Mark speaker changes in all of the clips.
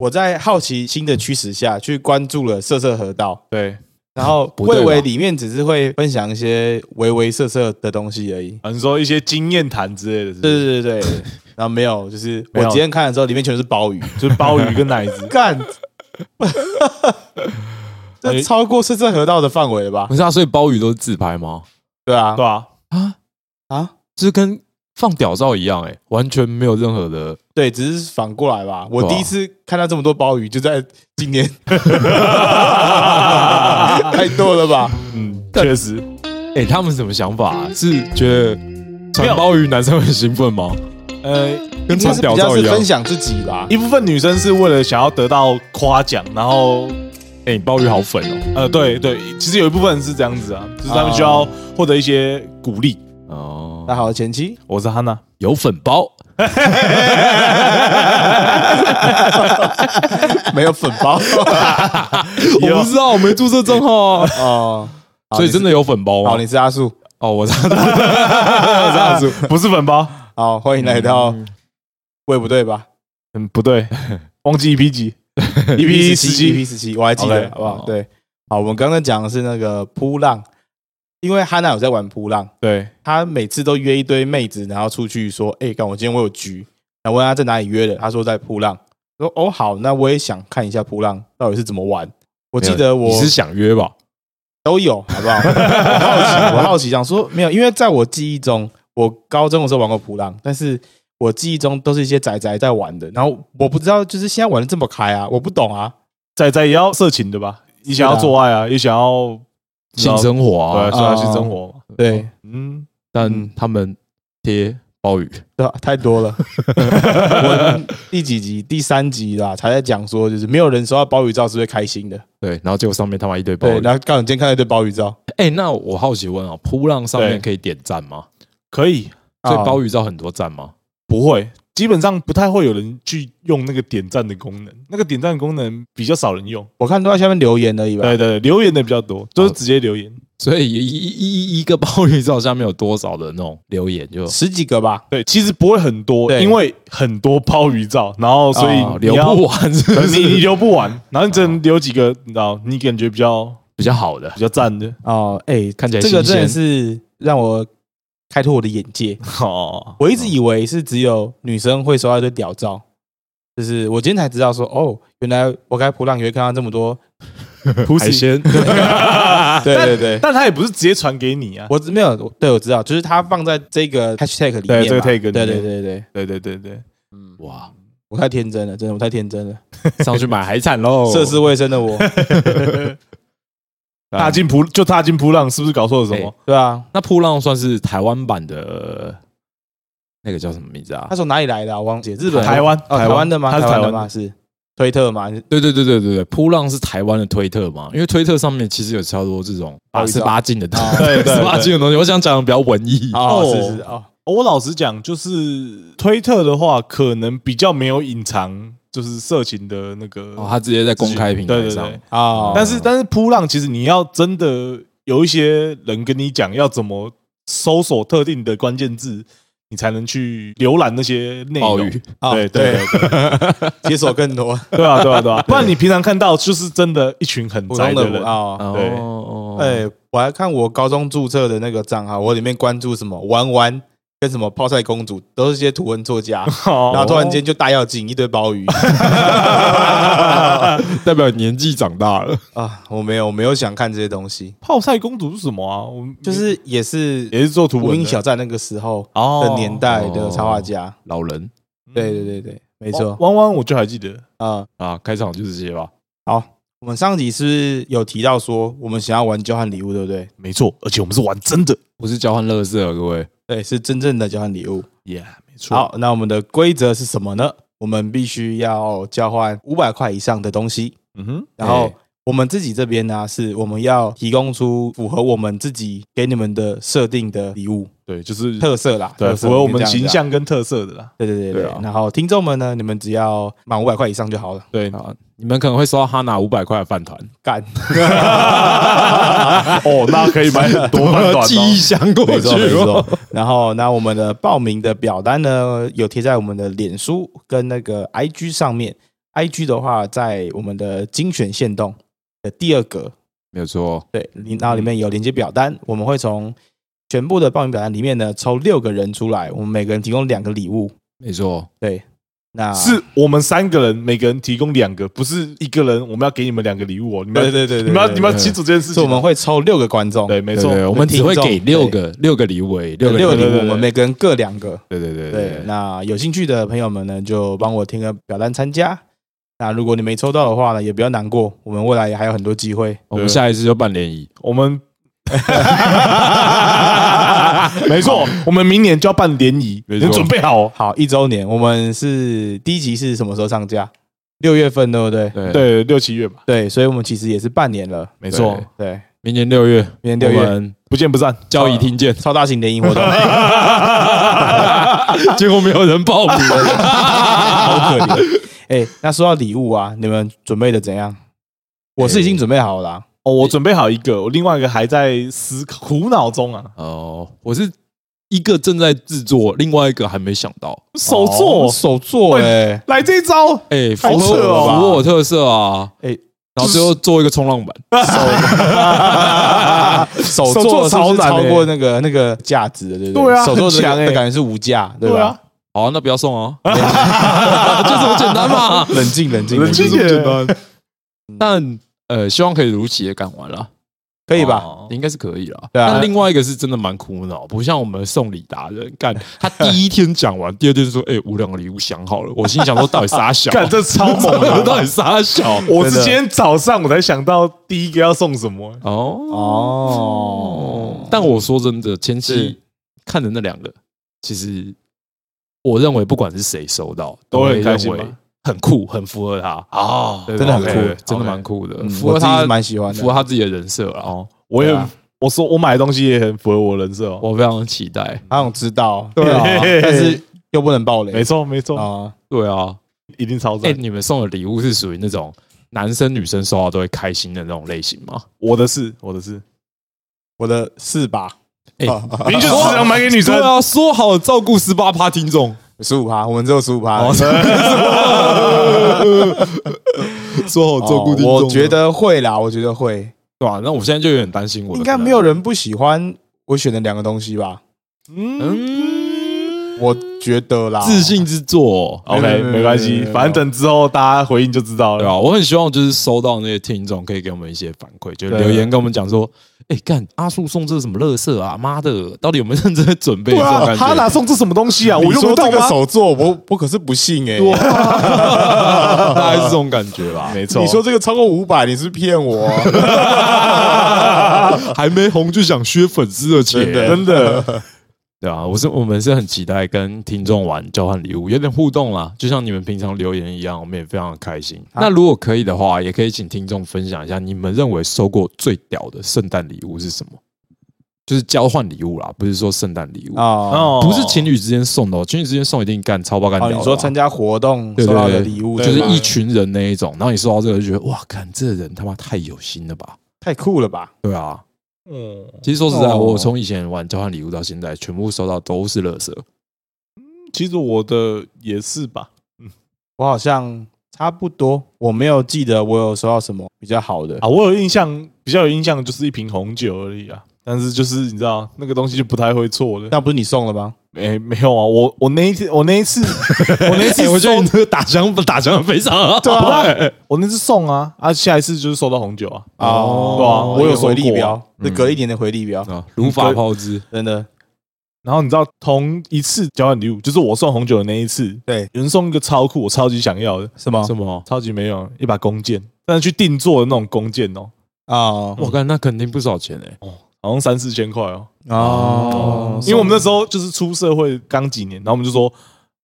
Speaker 1: 我在好奇心的驱使下去关注了色色河道，
Speaker 2: 对，
Speaker 1: 然后
Speaker 3: 不
Speaker 1: 我
Speaker 3: 对
Speaker 1: 以
Speaker 3: 吧
Speaker 1: 为里面只是会分享一些唯唯色色的东西而已。
Speaker 2: 啊，你说一些经验谈之类的是不
Speaker 1: 对
Speaker 2: 是，
Speaker 1: 对对对，对然后没有，就是
Speaker 2: 没
Speaker 1: 我
Speaker 2: 有
Speaker 1: 今天看的时候，里面全是鲍 鱼，，
Speaker 2: 就是鲍鱼跟奶子
Speaker 1: 干，这超过色色河道的范围了吧
Speaker 3: 不？是啊，所以鲍鱼都是自拍吗？
Speaker 1: 对啊
Speaker 2: 对，吧？
Speaker 3: 啊，
Speaker 1: 啊，
Speaker 3: 这跟放屌照一样、欸，哎，完全没有任何的
Speaker 1: 对，只是反过来吧。我
Speaker 3: 对啊
Speaker 1: 第一次看到这么多鲍鱼，就在今 年，
Speaker 2: 嗯，
Speaker 1: 太多了吧？
Speaker 2: 确实，
Speaker 3: 哎、他们什么想法、啊？是觉得传鲍鱼男生很兴奋吗？
Speaker 2: 呃，
Speaker 3: 跟
Speaker 1: 应该
Speaker 3: 传
Speaker 1: 是
Speaker 3: 屌
Speaker 1: 比较
Speaker 3: 照一
Speaker 1: 是
Speaker 3: 样
Speaker 1: 分？享自己吧。
Speaker 2: 一部分女生是为了想要得到夸奖，然后
Speaker 3: 哎、你鲍鱼好粉哦、
Speaker 2: 呃，对对，其实有一部分人是这样子啊，就是他们需要获得一些鼓励。
Speaker 3: 哦，
Speaker 1: 那好，前期
Speaker 2: 我是汉娜，
Speaker 3: 有粉包，
Speaker 1: 没有粉 包
Speaker 3: 我不知道，我没注册账号啊，
Speaker 1: 哦，好
Speaker 3: 所以真的有粉包
Speaker 1: 你是好，你是
Speaker 3: 吗？
Speaker 1: 阿 树，
Speaker 3: 哦，我知道，我知道是，嗯
Speaker 2: 不是粉 包，
Speaker 1: 好，欢迎来到对不对吧
Speaker 2: 嗯，不对， 忘记 EP 几
Speaker 1: ？EP
Speaker 3: E
Speaker 2: ，EP 十七，
Speaker 1: EP E 十七，我还记得，
Speaker 2: OK，
Speaker 1: 好不好
Speaker 3: 好？
Speaker 1: 对，好，我们刚刚讲的是那个扑浪，因为哈娜有在玩扑浪，
Speaker 2: 对，
Speaker 1: 她每次都约一堆妹子，然后出去说，哎，干，我今天我有局，然后问她在哪里约的，她说在扑浪，我说哦好，那我也想看一下扑浪到底是怎么玩。我
Speaker 3: 我
Speaker 1: 记得我
Speaker 3: 你是想约吧？
Speaker 1: 都有，好 不好？我好奇，我好奇，想说没有，因为在我记忆中，我高中的时候玩过扑浪，但是我记忆中都是一些仔仔在玩的，然后我不知道，就是现在玩的这么开啊，我不懂啊，
Speaker 2: 仔仔也要色情的吧？也想要做爱啊，也想要
Speaker 1: 嗯
Speaker 3: 性生活
Speaker 2: 对，
Speaker 3: 啊，
Speaker 2: 想要性生活嘛。
Speaker 1: 对，
Speaker 2: 嗯，
Speaker 3: 但他们贴鲍鱼，
Speaker 1: 对吧？太多 了。我第几集？第三集啦，才在讲说，就是没有人收到鲍鱼照是会开心的，
Speaker 3: 对，然后结果上面他妈一堆鲍
Speaker 1: 对。
Speaker 3: 鱼。
Speaker 1: 然后刚好今天看到一堆鲍鱼照，
Speaker 3: 哎、那我好奇问啊，扑浪上面
Speaker 2: 对
Speaker 3: 可以点赞吗？
Speaker 2: 可以，
Speaker 3: 所以鲍
Speaker 1: 鱼
Speaker 3: 鱼照很多赞吗？
Speaker 2: 不会，基本上不太会有人去用那个点赞的功能，那个点赞功能比较少人用。
Speaker 1: 我看都在下面留言而已吧。
Speaker 2: 对对，对留言的比较多，就是直接留言。
Speaker 3: 所以一一一一个鲍鱼照下面有多少的那种留言就？
Speaker 1: 十几个吧，
Speaker 2: 对，其实不会很多，
Speaker 1: 对
Speaker 2: 因为很多鲍鱼照，然后所以
Speaker 3: 哦
Speaker 2: 你
Speaker 3: 留
Speaker 2: 要
Speaker 3: 不完是不
Speaker 2: 对 你你
Speaker 3: 是
Speaker 2: 留不完，然后你只能留几个，你知道，你感觉比较
Speaker 3: 比较好的
Speaker 2: 比较赞的
Speaker 1: 哦，哎，
Speaker 3: 看起来
Speaker 1: 这个
Speaker 3: 新鲜
Speaker 1: 真的是让我开拓我的眼界。
Speaker 2: 哦。
Speaker 1: 我一直以为是只有女生会收到一堆屌照，就是我今天才知道说，哦，原来我开普浪也会看到这么多。
Speaker 3: 海鲜？
Speaker 1: 对对对，
Speaker 2: 啊但他也不是直接传给你啊。
Speaker 1: 我只没有，对我知道，就是它放在这个 hashtag 里面嘛。
Speaker 2: 对这个 tag 里面
Speaker 1: 对对对对，
Speaker 2: 对对对对，
Speaker 3: 哇，
Speaker 1: 我太天真了，真的我太天真了，
Speaker 3: 上去买海产
Speaker 2: 哦
Speaker 3: 喽！
Speaker 1: 涉世未深的 我，
Speaker 2: 踏进扑就踏进扑浪，是不是搞错了什么？
Speaker 1: 对啊，
Speaker 3: 啊那扑浪算是台湾版的，那个叫什么名字啊
Speaker 1: 他？从哪里来的啊？我忘记日本
Speaker 2: 台湾
Speaker 1: 哦，台湾的吗？
Speaker 2: 他是台
Speaker 1: 的
Speaker 2: 湾
Speaker 1: 吗？是推特吗？
Speaker 3: 对对对对对对，扑浪是台湾的推特嘛？因为推特上面其实有超多这种
Speaker 1: 鲍
Speaker 3: 八
Speaker 1: 鱼
Speaker 3: 十
Speaker 1: 照
Speaker 3: 八禁的东
Speaker 1: 哦
Speaker 3: 西，
Speaker 2: 对对对
Speaker 3: 十八禁的东西。我想讲的比较文艺，
Speaker 1: 哦，
Speaker 2: 哦
Speaker 1: 是是哦，
Speaker 2: 哦我老实讲，就是推特的话，可能比较没有隐藏，就是色情的那个。
Speaker 3: 哦他直接在公开平
Speaker 2: 对
Speaker 3: 台
Speaker 2: 对
Speaker 3: 上
Speaker 2: 对。
Speaker 1: 哦，
Speaker 2: 但是但是扑浪，其实你要真的有一些人跟你讲要怎么搜索特定的关键字，你才能去浏览那些内
Speaker 3: 鲍
Speaker 2: 容。
Speaker 3: 鱼，
Speaker 1: 哦
Speaker 2: 对对对，
Speaker 1: 解锁更多
Speaker 2: 对啊对啊对啊，不然你平常看到就是真的一群很
Speaker 1: 普
Speaker 2: 宅
Speaker 1: 通的
Speaker 2: 人
Speaker 1: 我。哦，
Speaker 2: 对
Speaker 3: 哦，
Speaker 1: 哎、我还看我高中注册的那个账号，我里面关注什么弯弯跟什么泡菜公主，都是些图文作家，
Speaker 2: 哦
Speaker 1: 然后突然间就大跃进一堆鲍 鱼
Speaker 3: 代表年纪长大了。
Speaker 1: 啊！我没有，我没有想看这些东西，
Speaker 2: 泡菜公主是什么啊？我们
Speaker 1: 就是也是
Speaker 2: 嗯也是做图
Speaker 1: 无
Speaker 2: 文
Speaker 1: 名
Speaker 2: 的
Speaker 1: 小站那个时候
Speaker 2: 哦
Speaker 1: 的年代的插画家，
Speaker 3: 哦老人
Speaker 2: 嗯
Speaker 1: 对对对对，没
Speaker 2: 没
Speaker 1: 错
Speaker 2: 弯弯我就还记得，
Speaker 1: 啊。
Speaker 3: 啊，开场就是这些吧。
Speaker 1: 我们上集是不是有提到说我们想要玩交换礼物，对不对？
Speaker 2: 没错，而且我们是玩真的
Speaker 3: 不是交换乐色，各位。
Speaker 1: 对，是真正的交换礼物。
Speaker 2: ，Yeah，没错。
Speaker 1: 好，那我们的规则是什么呢？我们必须要交换五百块以上的东西。
Speaker 2: 嗯哼，
Speaker 1: 然后
Speaker 3: 哎
Speaker 1: 我们自己这边呢、是我们要提供出符合我们自己给你们的设定的礼物
Speaker 2: 对，就是
Speaker 1: 特色啦，
Speaker 2: 对
Speaker 1: 特色
Speaker 2: 符合我们
Speaker 1: 这样子啊
Speaker 2: 形。象跟特色的啦。
Speaker 1: 对对对对。
Speaker 3: 对啊
Speaker 1: 然后听众们呢，你们只要满五百块以上就好了。
Speaker 2: 对，
Speaker 3: 啊，你们可能会收到哈娜五百块的饭团，
Speaker 1: 干，
Speaker 2: 哦，那可以买很多饭团哦。
Speaker 3: 箱过
Speaker 1: 没错没错。然后那我们的报名的表单呢，有贴在我们的脸书跟那个 IG 上面。 IG 的话，在我们的精选线动的第二格，
Speaker 3: 没有错，
Speaker 1: 对，里然后里面有连接表单，我们会从全部的报名表单里面呢抽六个人出来，我们每个人提供两个礼物。
Speaker 3: 没错，
Speaker 1: 对，那
Speaker 2: 是我们三个人每个人提供两个，不是一个人我们要给你们两个礼物哦。你们
Speaker 1: 对
Speaker 2: 要
Speaker 1: 对对对，
Speaker 2: 你们要
Speaker 1: 对
Speaker 2: 你们要
Speaker 3: 对
Speaker 2: 清楚这件事
Speaker 1: 所以
Speaker 2: 情哦。
Speaker 1: 我们会抽六个观众，
Speaker 2: 对，没
Speaker 3: 没
Speaker 2: 错，
Speaker 3: 我们只会给
Speaker 1: 听众
Speaker 3: 六个六个礼物而已，
Speaker 1: 对，
Speaker 3: 六个
Speaker 1: 六个
Speaker 3: 礼
Speaker 1: 礼
Speaker 3: 物，
Speaker 2: 对
Speaker 1: 物，我
Speaker 2: 对对
Speaker 1: 们每个人各两个。
Speaker 3: 对对对
Speaker 1: 对，那有兴趣的朋友们呢，就帮我填个表单参加。那如果你没抽到的话呢，也不要难过，我们未来也还有很多机会。
Speaker 3: 我们下一次就办联谊，
Speaker 2: 我们 没错，我们明年就要办联谊，
Speaker 3: 没
Speaker 2: 你
Speaker 3: 错
Speaker 2: 们准备好哦。
Speaker 1: 好，一周年，我们是第一集是什么时候上架？六月份，对不对？
Speaker 3: 对，
Speaker 2: 对，六七月吧，
Speaker 1: 对，所以我们其实也是半年了。
Speaker 2: 没
Speaker 3: 对
Speaker 2: 错，
Speaker 1: 对，
Speaker 3: 明年六月，
Speaker 1: 明年六
Speaker 3: 我
Speaker 1: 月，
Speaker 3: 们
Speaker 2: 不见不散。
Speaker 3: 交易厅见
Speaker 1: 超大型联谊活动，
Speaker 3: 结果没有人报 名，
Speaker 1: 好可怜。 哎，那说到礼物啊，你们准备的怎样？我是已经准备好了啊、
Speaker 2: 哦，我准备好一个，我另外一个还在思苦恼中啊。
Speaker 3: 哦，我是一个正在制作，另外一个还没想到，
Speaker 2: 手
Speaker 1: 哦
Speaker 2: 作
Speaker 1: 手作哎、
Speaker 2: 来这一 招，
Speaker 3: 哎，符
Speaker 2: 太扯了
Speaker 3: 合
Speaker 2: 吧
Speaker 3: 符合我特色啊，
Speaker 1: 哎
Speaker 3: 然后最后做一个冲浪板，
Speaker 1: 哎
Speaker 2: 啊
Speaker 1: 手 作
Speaker 2: 手作
Speaker 1: 是不
Speaker 2: 超
Speaker 1: 是
Speaker 2: 难
Speaker 1: 超
Speaker 2: 欸
Speaker 1: 过那个那个价值的，对不
Speaker 2: 对啊
Speaker 1: 手作
Speaker 2: 很强
Speaker 1: 的
Speaker 2: 欸
Speaker 1: 的感觉是无价，对
Speaker 2: 对啊
Speaker 1: 吧？，
Speaker 3: 好啊，那不要 送哦，就这么简单嘛，
Speaker 1: 冷静，冷静，
Speaker 2: 冷静
Speaker 1: 静
Speaker 2: 一，点简
Speaker 3: 单，但呃，希望可以如期的赶完了。
Speaker 1: 可以吧？
Speaker 2: 哦？
Speaker 3: 应该是可以啦。
Speaker 1: 对啊
Speaker 3: 但另外一个是真的蛮苦恼，不像我们送礼达 人，干他第一天讲完，第二天就说：“哎、我两个礼物想好了。”我心想说：“到底啥小？
Speaker 2: 干这超猛
Speaker 3: 到
Speaker 2: 的！
Speaker 3: 底啥小？”
Speaker 2: 我是今天早上我才想到第一个要送什么，
Speaker 3: 哦，
Speaker 1: 哦，
Speaker 3: 但我说真的，前期
Speaker 1: 是
Speaker 3: 看的那两个，其实我认为不管是谁收到，
Speaker 2: 都会
Speaker 3: 会
Speaker 2: 很开
Speaker 3: 认
Speaker 2: 心
Speaker 3: 为
Speaker 2: 吗
Speaker 3: 很酷，很符合他
Speaker 2: 哦
Speaker 3: 对
Speaker 1: 真的很
Speaker 3: OK，
Speaker 1: 酷
Speaker 3: 对真的
Speaker 2: OK
Speaker 3: 蛮酷的，
Speaker 1: 嗯
Speaker 3: 符合
Speaker 1: 我自己
Speaker 3: 他
Speaker 1: 是蛮喜欢的
Speaker 3: 符合。他自己的人设啦。哦，
Speaker 2: 哦，我也
Speaker 1: 对啊
Speaker 2: 我说我买的东西也很符合我人设哦，
Speaker 3: 我非常期待。
Speaker 1: 他想知道，
Speaker 2: 对啊
Speaker 1: 但是又不能暴雷，
Speaker 2: 没错没错，
Speaker 1: 啊。
Speaker 3: 对啊，
Speaker 2: 一定超
Speaker 3: 哎、
Speaker 2: 赞。
Speaker 3: 你们送的礼物是属于那种男生女生收到都会开心的那种类型吗？
Speaker 2: 我的是我的是，
Speaker 1: 我的哦是吧？
Speaker 3: 哎
Speaker 2: 明确是要买给女生
Speaker 3: 对，啊，说好照顾十八趴听众，
Speaker 1: 十五趴，我们只有十五
Speaker 3: 哦
Speaker 1: 趴。
Speaker 3: 说好照顾听众、
Speaker 1: 哦我觉得会啦，我觉得会，
Speaker 3: 对吧、那我现在就有点担心我的
Speaker 1: 应该没有人不喜欢我选的两个东西吧？
Speaker 2: 嗯
Speaker 3: 嗯，
Speaker 1: 我觉得啦，
Speaker 3: 自信之作、
Speaker 1: 哦没有没
Speaker 2: ，OK
Speaker 1: 有
Speaker 2: 没关系
Speaker 1: 没有没，有
Speaker 2: 反正等之后大家回应就知道
Speaker 3: 对
Speaker 2: 了。
Speaker 3: 啊，我很希望就是收到那些听众可以给我们一些反馈，就是
Speaker 2: 对啊
Speaker 3: 留言跟我们讲说，哎、干阿树送这什么乐色啊，妈的，到底有没有认真在准备？这种感觉
Speaker 2: 他哪送这什么东西啊？
Speaker 1: 你
Speaker 2: 我用
Speaker 1: 说
Speaker 2: 不
Speaker 1: 这
Speaker 2: 到
Speaker 1: 个
Speaker 2: 吗？
Speaker 1: 手作，我我可是不信哎、
Speaker 3: 啊大概是这种感觉 吧。
Speaker 2: 没错，
Speaker 1: 你说这个超过五百，你是不是骗我、啊
Speaker 3: 还没红就想削粉丝的
Speaker 1: 真
Speaker 3: 钱，
Speaker 1: 的
Speaker 2: 真的，
Speaker 3: 对啊，我是我们是很期待跟听众玩交换礼物，有点互动啦，就像你们平常留言一样，我们也非常开心。那如果可以的话，也可以请听众分享一下你们认为收过最屌的圣诞礼物是什么？就是交换礼物啦，不是说圣诞礼物，
Speaker 1: 哦
Speaker 3: 不是情侣之间送的、哦，情侣之间送一定干超爆干屌
Speaker 1: 哦，
Speaker 3: 的吧、
Speaker 1: 你说参加活动
Speaker 3: 对
Speaker 1: 收
Speaker 3: 对
Speaker 1: 到的
Speaker 3: 对
Speaker 1: 礼物，
Speaker 3: 就是
Speaker 1: 对吧
Speaker 3: 一群人那一种，然后你收到这个就觉得哇，看这人他妈太有心了吧？
Speaker 1: 太酷了吧？
Speaker 3: 对啊，
Speaker 2: 嗯，
Speaker 3: 其实说实在，
Speaker 1: 哦
Speaker 3: 我从以前玩交换礼物到现在，全部收到都是垃圾。
Speaker 2: 其实我的也是吧，
Speaker 1: 我好像差不多，我没有记得我有收到什么比较好的。
Speaker 2: 啊，我有印象，比较有印象的就是一瓶红酒而已啊。但是就是你知道那个东西就不太会 错的，
Speaker 1: 那不是你送了吗？
Speaker 2: 没、没有啊，我我那一次我那一 次我那一次
Speaker 3: 哎我觉得
Speaker 2: 送
Speaker 3: 你这个打枪 打枪非常好。
Speaker 2: 对啊，我那次送啊啊，下一次就是收到红酒啊，
Speaker 3: 哦
Speaker 2: 对啊，
Speaker 1: 我
Speaker 2: 有
Speaker 1: 有
Speaker 2: 收
Speaker 1: 回力
Speaker 2: 过嗯啊。
Speaker 1: 标，是
Speaker 3: 嗯
Speaker 1: 隔一年的回力标，
Speaker 3: 啊，如法炮制，
Speaker 1: 真的。
Speaker 2: 然后你知道同一次交换礼物，就是我送红酒的那一次，
Speaker 1: 对，
Speaker 2: 有人送一个超酷，我超级想要的，
Speaker 1: 什么
Speaker 3: 什么？
Speaker 2: 超级没用，一把弓箭，但是去定做的那种弓箭哦，
Speaker 1: 啊？
Speaker 3: 我看那肯定不少钱哎。
Speaker 2: 好像三四千块哦，
Speaker 1: 哦，
Speaker 2: 因为我们那时候就是出社会刚几年，然后我们就说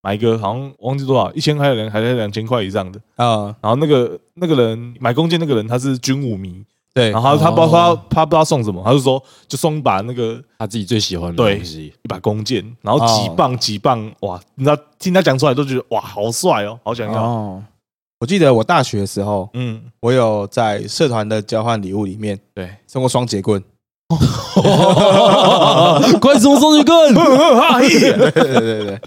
Speaker 2: 买一个好像忘记多少，一千块的人还是两千块以上的。
Speaker 1: 啊，
Speaker 2: 然后那个那个人买弓箭那个人他是军武迷，
Speaker 1: 对，
Speaker 2: 然后他他不知道他
Speaker 3: 哦
Speaker 2: 他不知道送什么，他就说就送一把那个
Speaker 3: 他自己最喜欢的东西，
Speaker 2: 一把弓箭，然后几
Speaker 1: 哦
Speaker 2: 磅几磅，哇！你知道听他讲出来都觉得哇，好帅哦，好想要。
Speaker 1: 哦，我记得我大学的时候，
Speaker 2: 嗯，
Speaker 1: 我有在社团的交换礼物里面
Speaker 2: 对，
Speaker 1: 送过双节 棍，
Speaker 3: 快送送一棍！
Speaker 1: 对对对对，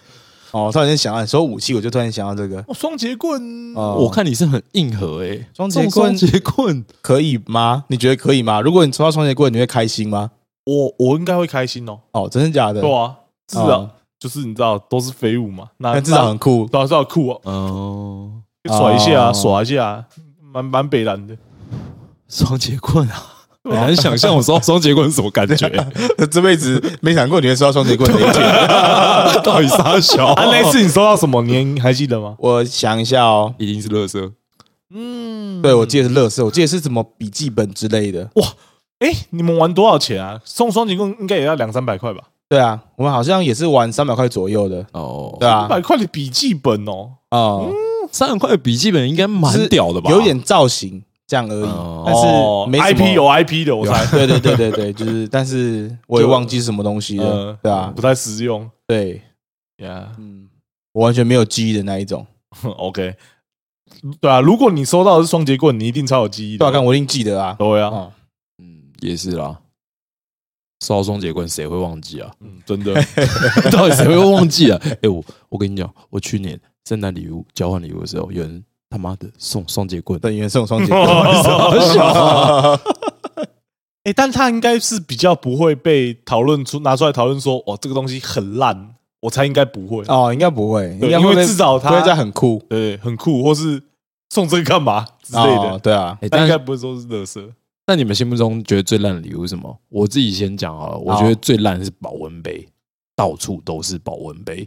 Speaker 1: 哦，突然间想到你说武器，我就突然想到这个。
Speaker 2: 哦双节棍，
Speaker 1: 哦
Speaker 3: 我看你是很硬核诶、欸，
Speaker 1: 双节
Speaker 3: 这种
Speaker 1: 棍
Speaker 3: 双节棍，
Speaker 1: 可以吗？你觉得可以吗？如果你抽到双节棍，你会开心吗？
Speaker 2: 我我应该会开心哦。
Speaker 1: 哦，真的假的？
Speaker 2: 对啊，至少
Speaker 1: 哦
Speaker 2: 就是你知道都是废物嘛，那
Speaker 1: 但至少很酷。
Speaker 2: 那至少酷哦，
Speaker 3: 哦，
Speaker 2: 甩一下啊
Speaker 1: 哦
Speaker 2: 耍一下啊，蛮蛮北蓝的。
Speaker 3: 双节棍啊，很难想象我说双节棍是什么感觉，
Speaker 1: 这辈子没想过你会抽到双节棍的一天。
Speaker 3: 到底啥
Speaker 1: 哦
Speaker 3: 小？
Speaker 2: 啊，那一次你收到什么？你还记得吗？
Speaker 1: 我想一下哦，
Speaker 3: 一定是乐色，
Speaker 2: 嗯，
Speaker 1: 对我记得是乐色，我记得是什么笔记本之类的。
Speaker 2: 哎、你们玩多少钱啊？送双节棍应该也要两三百块吧？
Speaker 1: 对啊，我们好像也是玩三百块左右的。
Speaker 3: 哦
Speaker 1: 对，啊
Speaker 2: 两，百块的笔记本哦，
Speaker 1: 哦，
Speaker 3: 三十块的笔记本应该蛮屌的吧？
Speaker 1: 有点造型这样而
Speaker 3: 哦
Speaker 1: 已，但是没什么
Speaker 2: IP 有 IP 的，我猜。
Speaker 1: 对对对对对，就是， 但是我也
Speaker 2: 就
Speaker 1: 忘记是什么东西了
Speaker 2: 嗯，
Speaker 1: 对啊，
Speaker 2: 不太实用。
Speaker 1: 对，
Speaker 2: Yeah，
Speaker 1: 嗯，我完全没有记忆的那一种。
Speaker 2: OK，对啊，如果你收到的是双节棍，你一定超有记忆
Speaker 1: 对啊，
Speaker 2: 的。
Speaker 1: 看我一定记得啊。
Speaker 2: 对啊，
Speaker 1: 哦，
Speaker 3: 嗯，也是啦。烧双节棍谁会忘记啊？
Speaker 2: 嗯，真的，
Speaker 3: 到底谁会忘记啊？哎、我我跟你讲，我去年圣诞礼物交换礼物的时候，有人他妈的送双节棍，
Speaker 1: 等原送双节
Speaker 2: 哦小
Speaker 1: 棍，
Speaker 2: 哎，但他应该是比较不会被讨论出拿出来讨论说，哦，这个东西很烂，我猜应该不会。
Speaker 1: 哦，应该不会，应
Speaker 2: 对
Speaker 1: 该
Speaker 2: 因
Speaker 1: 会
Speaker 2: 为至少
Speaker 1: 不会在
Speaker 2: 他
Speaker 1: 很酷
Speaker 2: 对很酷，或是送这个干嘛之类
Speaker 1: 哦
Speaker 2: 的，
Speaker 1: 对啊，
Speaker 3: 哎、
Speaker 2: 但
Speaker 3: 但
Speaker 2: 应该
Speaker 3: 是
Speaker 2: 不会说是乐色。
Speaker 3: 那你们心目中觉得最烂的礼物是什么？我自己先讲好了，我
Speaker 1: 好
Speaker 3: 觉得最烂是保温杯，到处都是保温杯，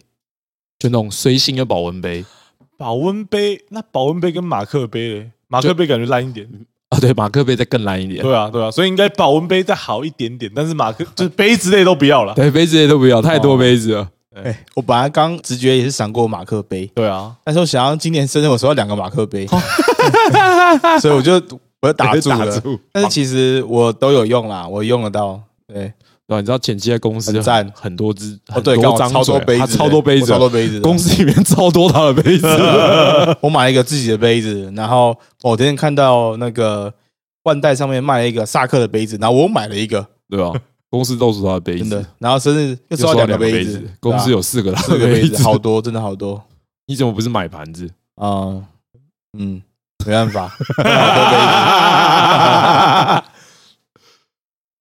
Speaker 3: 就那种随行的保温杯
Speaker 2: 保温杯，那保温杯跟马克杯嘞，马克杯感觉烂一点。
Speaker 3: 啊。对，马克杯再更烂一点，
Speaker 2: 对啊，对啊，所以应该保温杯再好一点点，但是 马克就是杯之类都不要了。
Speaker 3: 对，杯子也都不要，太
Speaker 1: 哦
Speaker 3: 多杯子了。
Speaker 1: 哎，我本来刚直觉也是闪过马克杯，
Speaker 2: 对啊，
Speaker 1: 但是我想要今年生日我收到两个马克杯，
Speaker 3: 哦
Speaker 1: 所以我就我就打 住了。
Speaker 3: 住。
Speaker 1: 但是其实我都有用啦，我用得到。对，
Speaker 3: 对啊，你知道前期在公司
Speaker 1: 很赞
Speaker 3: 很很多只，
Speaker 1: 哦
Speaker 3: 很
Speaker 1: 对，刚
Speaker 3: 多
Speaker 1: 好
Speaker 3: 张
Speaker 1: 超多
Speaker 3: 嘴
Speaker 1: 杯
Speaker 3: 他
Speaker 1: 子，欸
Speaker 3: 超多杯
Speaker 1: 我
Speaker 3: 子
Speaker 1: 超
Speaker 3: 啊，
Speaker 1: 多杯子的。
Speaker 3: 公司里面超多他的 杯子。
Speaker 1: 我买了一个自己的杯子，然后哦我昨天看到那个万代上面卖了一个萨克的杯子，然后我买了一个，
Speaker 3: 对吧？公司到处他的杯
Speaker 1: 真
Speaker 3: 子
Speaker 1: 的，。然后生日又
Speaker 3: 又
Speaker 1: 收到两个
Speaker 3: 两
Speaker 1: 杯
Speaker 3: 杯
Speaker 1: 子，
Speaker 3: 公司
Speaker 1: 对啊
Speaker 3: 有四个他
Speaker 1: 四
Speaker 3: 的
Speaker 1: 个杯
Speaker 3: 杯
Speaker 1: 子，好多，真的好多
Speaker 3: 你怎么不是买盘子？
Speaker 1: 啊，嗯，没办 法，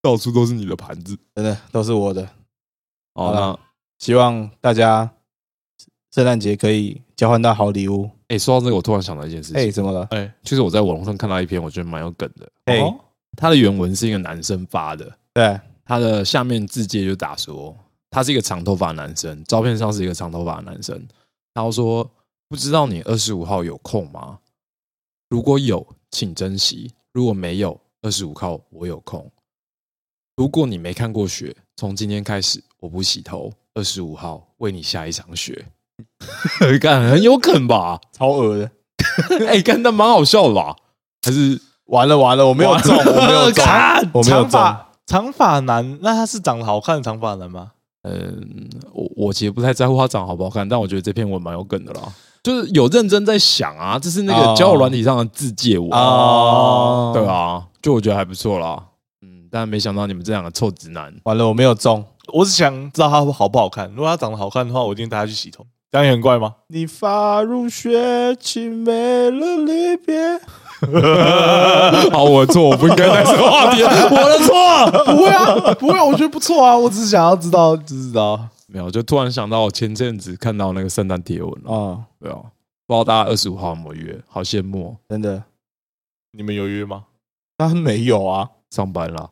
Speaker 3: 到处都是你的盘子。
Speaker 1: 真的都是我的。
Speaker 3: 哦，
Speaker 1: 好
Speaker 3: 那
Speaker 1: 啦希望大家圣诞节可以交换到好礼物。
Speaker 3: 哎、说到这个，我突然想到一件事情，
Speaker 1: 哎、怎么了？
Speaker 2: 哎，
Speaker 3: 就是我在网络上看到一篇，我觉得蛮有梗的。
Speaker 1: 哎、
Speaker 2: 哦
Speaker 3: 他的原文是一个男生发的，
Speaker 1: 对，
Speaker 3: 他的下面字界就打说，他是一个长头发男生，照片上是一个长头发男生。然后说，不知道你二十五号有空吗？如果有，请珍惜；如果没有，二十五号我有空。如果你没看过雪，从今天开始我不洗头，二十五号为你下一场雪。 干很有梗吧？
Speaker 1: 超恶的，
Speaker 3: 哎、干的蛮好笑的吧？还是
Speaker 1: 完了完了，我没有中，我没 有中，
Speaker 2: 看
Speaker 1: 我没有中。
Speaker 2: 长发长发男，那他是长得好看的长发男吗？
Speaker 3: 嗯，我我其实不太在乎他长得好不好看，但我觉得这篇文蛮有梗的啦，就是有认真在想啊，这是那个
Speaker 1: 哦
Speaker 3: 交友软体上的自介文，
Speaker 1: 哦，
Speaker 3: 对，啊，就我觉得还不错啦，嗯，但没想到你们这两个臭直男，
Speaker 1: 完了我没有中，
Speaker 2: 我只想知道他好不好看。如果他长得好看的话，我一定带他去洗头。这样也很怪吗？
Speaker 1: 你发如雪，凄美了离别。
Speaker 3: 好，我的错，我不应该带这个话题，我的错，
Speaker 2: 不会 啊，不会啊，我觉得不错啊。我只是想要知道，知道。
Speaker 3: 没有，就突然想到我前阵子看到那个圣诞贴文了，
Speaker 1: 哦，
Speaker 3: 对啊，不知道大家二十五号有没有约，好羡慕、哦，
Speaker 1: 真的，
Speaker 2: 你们有约吗？
Speaker 1: 当然没有啊，
Speaker 3: 上班啦，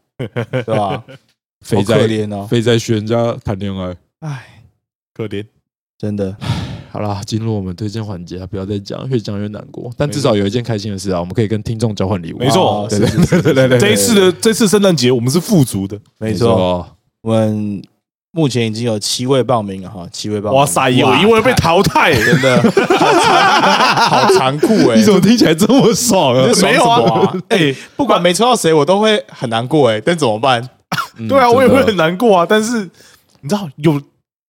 Speaker 1: 对 吧？
Speaker 3: 肥
Speaker 1: 好可
Speaker 3: 仔
Speaker 1: 怜哦，
Speaker 3: 肥仔学人家谈恋爱。
Speaker 1: 哎，
Speaker 2: 可怜，
Speaker 1: 真的，
Speaker 3: 好啦，进入我们推荐环节，啊不要再讲，越讲越难过。但至少有一件开心的事啊，我们可以跟听众交换礼物。
Speaker 2: 没错
Speaker 1: 哦是
Speaker 3: 对对对对对对，
Speaker 2: 这一次的这次圣诞节我们是富足的。
Speaker 1: 没错，
Speaker 3: 错，
Speaker 1: 我们目前已经有七位报名了哈，七位报名，
Speaker 2: 哇塞，有一位被淘 汰，
Speaker 1: 真 的好残酷哎、
Speaker 3: 你怎么听起来这么爽啊
Speaker 1: 这？爽什
Speaker 2: 没有
Speaker 1: 么啊
Speaker 2: 啊？哎，
Speaker 1: 不管没抽到谁，我都会很难过哎、但怎么办？
Speaker 3: 嗯
Speaker 2: 对啊，我也会
Speaker 3: 真
Speaker 2: 很
Speaker 3: 的
Speaker 2: 难过啊。但是你知道，有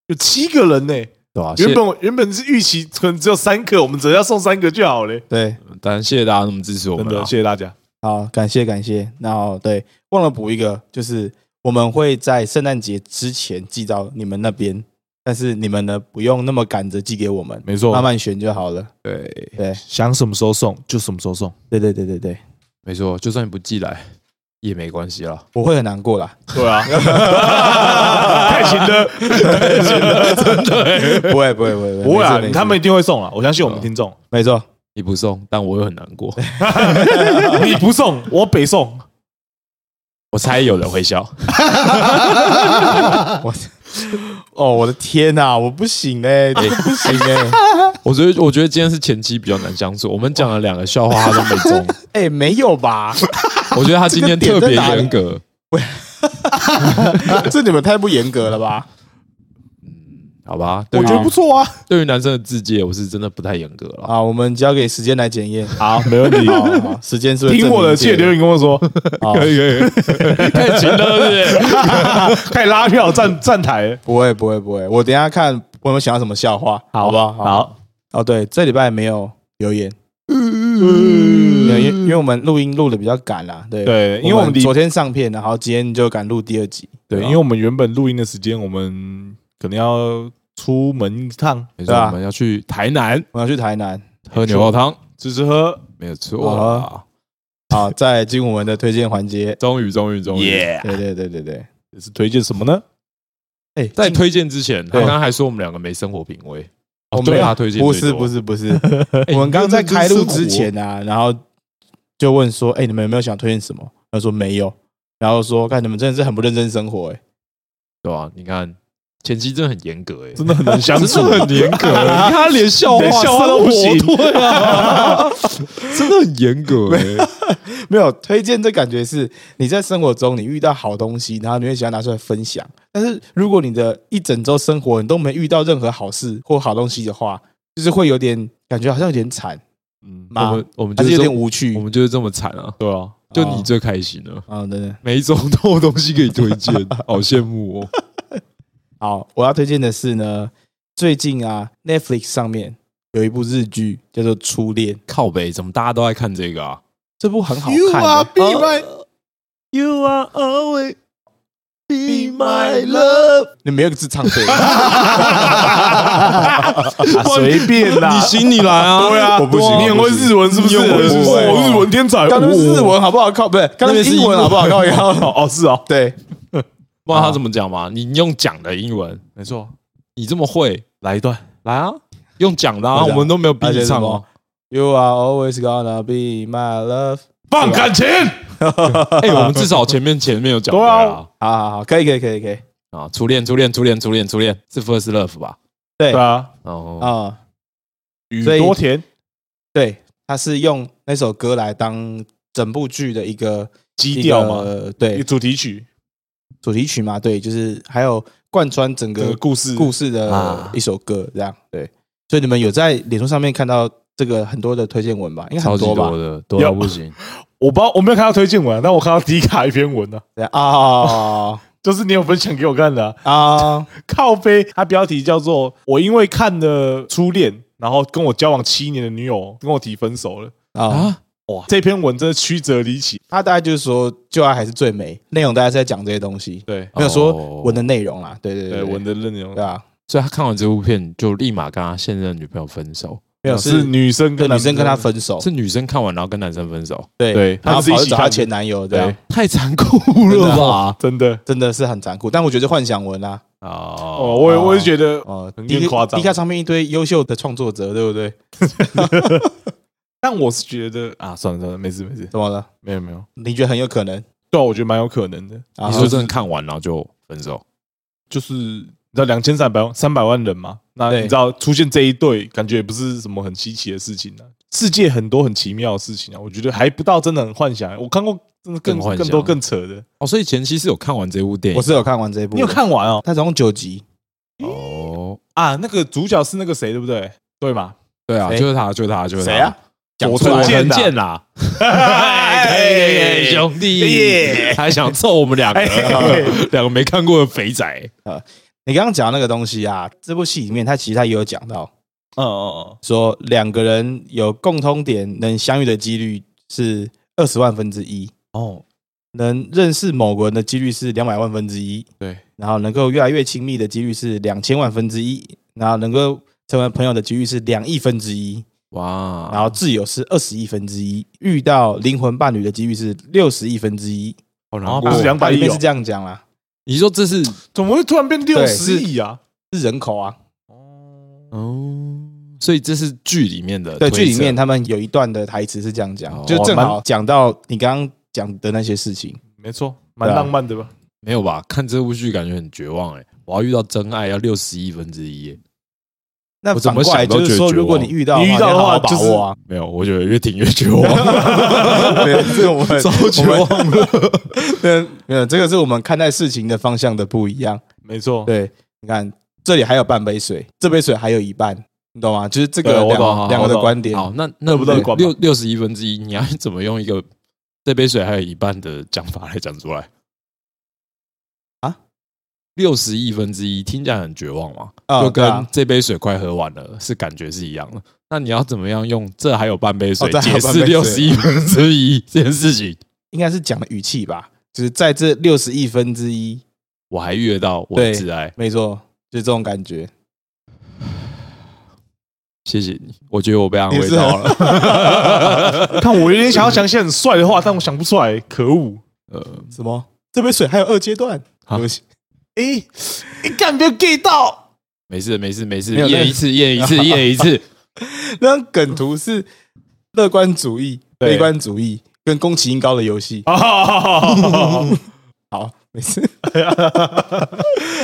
Speaker 2: 有七个人呢、
Speaker 3: 对啊。
Speaker 2: 原本
Speaker 3: 原本，
Speaker 2: 我原本是预期可能只有三个，我们只要送三个就好嘞。
Speaker 1: 对，
Speaker 3: 当然谢谢大家那么支持我
Speaker 2: 真
Speaker 3: 们
Speaker 2: 的，
Speaker 3: 啊。
Speaker 2: 谢谢大家。
Speaker 1: 好，感谢感谢。那好对，忘了补一个，就是我们会在圣诞节之前寄到你们那边，但是你们呢，不用那么赶着寄给我们，
Speaker 2: 没错
Speaker 1: 慢慢选就好了。
Speaker 3: 对，
Speaker 1: 对，
Speaker 2: 想什么时候送就什么时候送。
Speaker 1: 对对对对对，
Speaker 3: 没错，就算你不寄来也没关系啦。
Speaker 1: 我会很难过啦。
Speaker 2: 对啊，太勤了，太勤了，真的。
Speaker 1: 不会不会不会，
Speaker 2: 不会啊
Speaker 1: 没事没，事
Speaker 2: 他们一定会送啊，我相信我们听众。
Speaker 1: 没错，
Speaker 3: 你不送，但我又很难过。
Speaker 2: 你不送，我北送。
Speaker 3: 我猜有人会笑，
Speaker 2: 啊
Speaker 1: 我哦，我的天呐、我不行
Speaker 2: 哎
Speaker 1: 嘞、真的不行欸嘞、
Speaker 3: 我觉得我觉得今天是前期比较难相处，我们讲了两个笑话，他都没 中。
Speaker 1: 哎、没有吧？
Speaker 3: 我觉得他今天特别严
Speaker 1: 这
Speaker 3: 格，
Speaker 1: 这你们太不严格了吧？
Speaker 3: 好吧？对
Speaker 2: 我
Speaker 3: 于
Speaker 2: 觉得不错啊。
Speaker 3: 对于男生的自介，我是真的不太严格了。
Speaker 1: 啊，我们交给时间来检验。
Speaker 2: 好，没问题
Speaker 1: 好好好时间是会
Speaker 2: 听我的，谢
Speaker 1: 谢
Speaker 2: 留言跟我说，
Speaker 3: 可以可以，太勤了，是不是？
Speaker 2: 开始拉票站站台。
Speaker 1: 不会不会不会，我等一下看我有没有想到什么笑话，好不好？
Speaker 2: 好，
Speaker 1: 哦，对，这礼拜没有留言，
Speaker 2: 嗯
Speaker 3: 嗯
Speaker 1: 没有因为因为我们录音录的比较赶啦，对
Speaker 2: 对因为我们离
Speaker 1: 昨天上片，然后今天就赶录第二集，
Speaker 2: 对，因为我们原本录音的时间，我们可能要出门一趟
Speaker 3: 没错，
Speaker 1: 对啊
Speaker 3: 我们要去台南
Speaker 1: 我要去台南。
Speaker 3: 喝牛肉汤，
Speaker 2: 吃吃喝。
Speaker 3: 没有错啦。
Speaker 1: 好，再进我们的推荐环节。
Speaker 3: 终于，终于，终于！
Speaker 2: 耶，
Speaker 1: 对对对对对，
Speaker 2: 这是推荐什么呢？
Speaker 1: 哎，
Speaker 3: 在
Speaker 1: 进
Speaker 3: 推荐之前，他
Speaker 1: 对
Speaker 3: 刚刚还说我们两个没生活品味。
Speaker 1: 我
Speaker 3: 哦，
Speaker 1: 没
Speaker 3: 对
Speaker 1: 有
Speaker 3: 他推荐
Speaker 1: 不
Speaker 3: 最多
Speaker 1: 是不，是不是，
Speaker 3: 哎
Speaker 1: 我们刚刚在开录之，
Speaker 3: 你
Speaker 1: 前啊，然后就问说，哎，你们有没有想推荐什么？他说没有，然后说，看你们真的是很不认真生活，哎，
Speaker 3: 对吧？你看前期真的很严格，哎，
Speaker 2: 真的很难相处，
Speaker 3: 真的很严格。哎你看他连笑话
Speaker 2: 连笑话都不行
Speaker 3: 生活对啊，真的很严格。哎
Speaker 1: 没有推荐，这感觉是你在生活中你遇到好东西，然后你会想要拿出来分享。但是如果你的一整周生活你都没遇到任何好事或好东西的话，就是会有点感觉好像有点惨，
Speaker 2: 嗯，
Speaker 3: 我
Speaker 1: 嘛
Speaker 3: 们，我们
Speaker 1: 还
Speaker 3: 就是
Speaker 1: 有
Speaker 3: 是这
Speaker 1: 点
Speaker 3: 么
Speaker 1: 无趣
Speaker 3: 我。们就是这么惨啊。
Speaker 2: 对啊，
Speaker 3: 就你最开心了，
Speaker 1: 啊，等等，
Speaker 3: 每一周都有东西可以推荐，好羡慕哦。
Speaker 1: 好，我要推荐的是呢，最近啊，Netflix 上面有一部日剧叫做《初恋》，
Speaker 3: 靠北，怎么大家都爱看这个啊？
Speaker 1: 这部很好
Speaker 2: You
Speaker 1: 看
Speaker 2: are
Speaker 1: 的。哦
Speaker 2: be my, you are always be my love。
Speaker 1: 你没有一个字唱对，
Speaker 2: 啊
Speaker 1: 啊
Speaker 2: 随便 啦，
Speaker 3: 你行你来啊！ 对啊
Speaker 1: 我不行
Speaker 2: 你很会日文是不是？
Speaker 3: 你很会日文
Speaker 2: 哦日文天才，
Speaker 1: 刚刚日
Speaker 2: 哦
Speaker 1: 文好不好靠？不是，刚刚
Speaker 3: 呃那边是
Speaker 1: 英文好不好靠？
Speaker 2: 哦
Speaker 1: 要
Speaker 2: 哦是哦，
Speaker 1: 对，
Speaker 3: 不知道他怎么讲嘛？你用讲的英文，没错，你这么会，
Speaker 2: 来一段，
Speaker 3: 来啊，用讲的啊，
Speaker 1: 我
Speaker 3: 我
Speaker 1: 讲
Speaker 3: 们都没有逼
Speaker 1: 而且
Speaker 3: 你
Speaker 1: 是
Speaker 3: 唱
Speaker 1: 什
Speaker 3: 哦
Speaker 1: 么。You are always gonna be my love。
Speaker 2: 放感情，
Speaker 3: 哎，我们至少前面前面有讲过
Speaker 2: 对
Speaker 3: 啊
Speaker 2: 啊。
Speaker 1: 好好好，可以可以可以可以，
Speaker 3: 啊，初恋，初恋，初恋，初恋，初恋，是 first love 吧？
Speaker 1: 对
Speaker 2: 对
Speaker 1: 啊、
Speaker 2: 啊，
Speaker 3: 哦，
Speaker 2: 雨
Speaker 1: 所以
Speaker 2: 多甜
Speaker 1: 对，他是用那首歌来当整部剧的一个
Speaker 2: 基调嘛，
Speaker 1: 呃，对
Speaker 2: 主题曲，
Speaker 1: 主题曲嘛，对，就是还有贯穿整
Speaker 2: 这
Speaker 1: 个
Speaker 2: 个故事，
Speaker 1: 故事的
Speaker 3: 啊
Speaker 1: 一首歌，这样对。所以你们有在脸书上面看到这个很多的推荐文吧？应该
Speaker 3: 超
Speaker 1: 很
Speaker 3: 级
Speaker 1: 多吧
Speaker 3: 多？的，多到不行。
Speaker 2: 我不知道我没有看到推荐文啊，但我看到迪卡一篇文啊，
Speaker 1: 对啊
Speaker 2: 就是你有分享给我看的啊，
Speaker 1: 啊！
Speaker 2: 靠背，它标题叫做“我因为看了初恋，然后跟我交往七年的女友跟我提分手了
Speaker 1: 啊，
Speaker 3: 啊，”。
Speaker 2: 哇，这篇文真的曲折离奇。
Speaker 1: 他大概就是说，旧爱还是最美，内容大概是在讲这些东西，
Speaker 2: 对
Speaker 1: 没有说
Speaker 3: 哦
Speaker 1: 文的内容啦。对对
Speaker 2: 对，文的内容
Speaker 1: 对啊，
Speaker 3: 所以他看完这部片就立马跟他现任女朋友分手，
Speaker 1: 没有
Speaker 2: 是
Speaker 1: 是
Speaker 2: 女生
Speaker 1: 对
Speaker 2: 跟
Speaker 1: 女生跟他分手，
Speaker 3: 是女生看完然后跟男生分手，
Speaker 1: 对
Speaker 2: 对
Speaker 1: 然后
Speaker 2: 他是一
Speaker 1: 跑去
Speaker 2: 起
Speaker 1: 找他
Speaker 2: 看的
Speaker 1: 前男友，对
Speaker 2: 对
Speaker 1: 啊，
Speaker 3: 太残酷了吧？
Speaker 2: 啊真的
Speaker 1: 真的是很残酷。但我觉得幻想文啊，
Speaker 2: 哦，
Speaker 3: 哦，
Speaker 2: 我也我也觉得
Speaker 1: 哦，
Speaker 2: 很
Speaker 1: 迪
Speaker 2: 夸张
Speaker 1: 迪卡上面一堆优秀的创作者，对不对？
Speaker 2: 但我是觉得啊，算了算了，没事没事，
Speaker 1: 怎么了？
Speaker 2: 没有没有，
Speaker 1: 你觉得很有可能？
Speaker 2: 对啊，我觉得蛮有可能的，
Speaker 1: 啊
Speaker 3: 你说真的看完然后就分手，
Speaker 2: 就是你知道两千三百万三百万人嘛，那
Speaker 1: 对
Speaker 2: 你知道出现这一对，感觉也不是什么很稀奇的事情啊。世界很多很奇妙的事情啊，我觉得还不到真的很幻想。我看过真的更
Speaker 3: 更幻想
Speaker 2: 更多更扯的，
Speaker 3: 哦，所以前期是有看完这部电
Speaker 1: 我
Speaker 3: 影，
Speaker 1: 是有看完这一部，
Speaker 2: 你有？看完哦？
Speaker 1: 它总共九集，
Speaker 3: 哦，
Speaker 2: 啊，那个主角是那个谁，对不对？对嘛？
Speaker 3: 对啊，
Speaker 1: 谁
Speaker 3: 就是他，就是他，就是他
Speaker 1: 哎谁啊？？讲
Speaker 2: 佐
Speaker 1: 出
Speaker 2: 藤
Speaker 1: 来
Speaker 2: 健
Speaker 3: 很
Speaker 2: 呐
Speaker 3: 贱啦！
Speaker 2: 哎
Speaker 3: 哎，兄
Speaker 1: 哎
Speaker 3: 弟，还想揍我们两个
Speaker 2: 哎，
Speaker 3: 两个没看过的肥仔。
Speaker 1: 你刚刚讲那个东西啊，这部戏里面他其实他也有讲到，
Speaker 2: 嗯嗯
Speaker 1: 说两个人有共通点能相遇的几率是二十万分之一，
Speaker 2: 嗯，哦，
Speaker 1: 能认识某个人的几率是两百万分之一，
Speaker 3: 对，
Speaker 1: 然后能够越来越亲密的几率是两千万分之一，然后能够成为朋友的几率是两亿分之一，
Speaker 3: 哇，
Speaker 1: 然后挚友是二十亿分之一，遇到灵魂伴侣的几率是六十亿分之一，啊
Speaker 3: 好
Speaker 2: 然后
Speaker 3: 过
Speaker 2: 不是两
Speaker 1: 它
Speaker 2: 百
Speaker 1: 里
Speaker 2: 亿
Speaker 1: 面
Speaker 2: 哦
Speaker 1: 是，这样讲啦，
Speaker 3: 你说这是
Speaker 2: 怎么会突然变六
Speaker 1: 是
Speaker 2: 十亿啊？
Speaker 1: 是人口啊，
Speaker 3: 哦，所以这是剧里面的
Speaker 1: 对，
Speaker 3: 推测
Speaker 1: 剧里面他们有一段的台词是这样讲
Speaker 3: 哦，
Speaker 1: 就正
Speaker 2: 呃哦
Speaker 1: 好讲到你刚刚讲的那些事情，
Speaker 2: 没错，蛮
Speaker 1: 对啊
Speaker 2: 浪漫的吧？
Speaker 3: 没有吧？看这部剧感觉很绝望哎、我要遇到真爱要六十亿分之一欸耶，
Speaker 1: 那
Speaker 3: 我怎
Speaker 1: 反
Speaker 3: 么
Speaker 1: 过来
Speaker 3: 想都
Speaker 1: 就是
Speaker 3: 觉得
Speaker 1: 说，
Speaker 3: 绝
Speaker 1: 如果
Speaker 3: 望
Speaker 1: 你遇到
Speaker 2: 你遇到的
Speaker 1: 的
Speaker 2: 话
Speaker 1: 把
Speaker 2: 就是
Speaker 1: 握啊，
Speaker 3: 没有，我觉得越听越 绝望，
Speaker 1: 没有，这个我 们
Speaker 3: 超绝望了。
Speaker 1: 对，没有，这个是我们看待事情的方向的不一样。
Speaker 2: 没错，
Speaker 1: 对，你看这里还有半杯水，这杯水还有一半，你懂吗？就是这
Speaker 2: 对
Speaker 1: 个
Speaker 2: 我懂
Speaker 1: 两两个
Speaker 2: 我
Speaker 1: 的
Speaker 2: 懂
Speaker 1: 观点。
Speaker 3: 好，那那
Speaker 2: 不乐观吧
Speaker 3: 六六十一分之一，你要怎么用一个这杯水还有一半的讲法来讲出来
Speaker 1: 啊？
Speaker 3: 六十亿分之一听起来很绝望嘛，
Speaker 1: 啊
Speaker 3: 就
Speaker 1: 对
Speaker 3: 跟
Speaker 1: 啊
Speaker 3: 这杯水快喝完了是感觉是一样的。那你要怎么样用这还有半杯水
Speaker 1: 哦这还有
Speaker 3: 解
Speaker 1: 半
Speaker 3: 释
Speaker 1: 杯水
Speaker 3: 六十亿分之一这件事 情？
Speaker 1: 应该是讲的语气吧，就是在这六十亿分之一，
Speaker 3: 我还遇得到我的
Speaker 1: 对
Speaker 3: 挚爱，
Speaker 1: 没错，就是这种感觉。
Speaker 3: 谢谢你，我觉得啊我被安
Speaker 1: 你
Speaker 3: 慰
Speaker 1: 是哦啊
Speaker 3: 到了。
Speaker 2: 看我有点想要讲一些很帅的话，但我想不出来，可恶！
Speaker 3: 呃，
Speaker 1: 什么？这杯水还有二阶段？对
Speaker 3: 啊
Speaker 1: 不起
Speaker 2: 哎，你敢不要 get 到？没
Speaker 3: 没事没事没事，
Speaker 1: 没有那
Speaker 3: 验一次验一 次验一次，
Speaker 1: 那张梗图是乐观主义、
Speaker 2: 对
Speaker 1: 悲观主义跟宫崎英高的游戏。
Speaker 3: 哦
Speaker 2: 啊！
Speaker 1: 好，没事。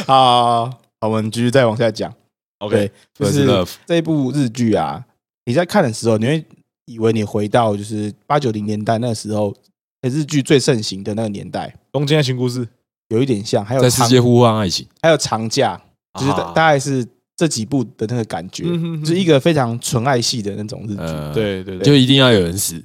Speaker 1: 好，好我们继续再往下讲。
Speaker 3: OK，
Speaker 1: 对
Speaker 3: first
Speaker 1: 就是
Speaker 3: love
Speaker 1: 这部日剧啊，你在看的时候，你会以为你回到就是八九零年代那时候呃日剧最盛行的那个年代，
Speaker 2: 东京爱情故事，
Speaker 1: 有一点像，还有
Speaker 3: 在世
Speaker 1: 长
Speaker 3: 界呼唤爱情，
Speaker 1: 还有长假，就是大
Speaker 3: 啊
Speaker 1: 大概是这几部的那个感觉，
Speaker 2: 嗯哼哼
Speaker 1: 就是一个非常纯爱系的那种日剧。
Speaker 3: 呃，，
Speaker 2: 对对对，
Speaker 3: 就一定要有人死，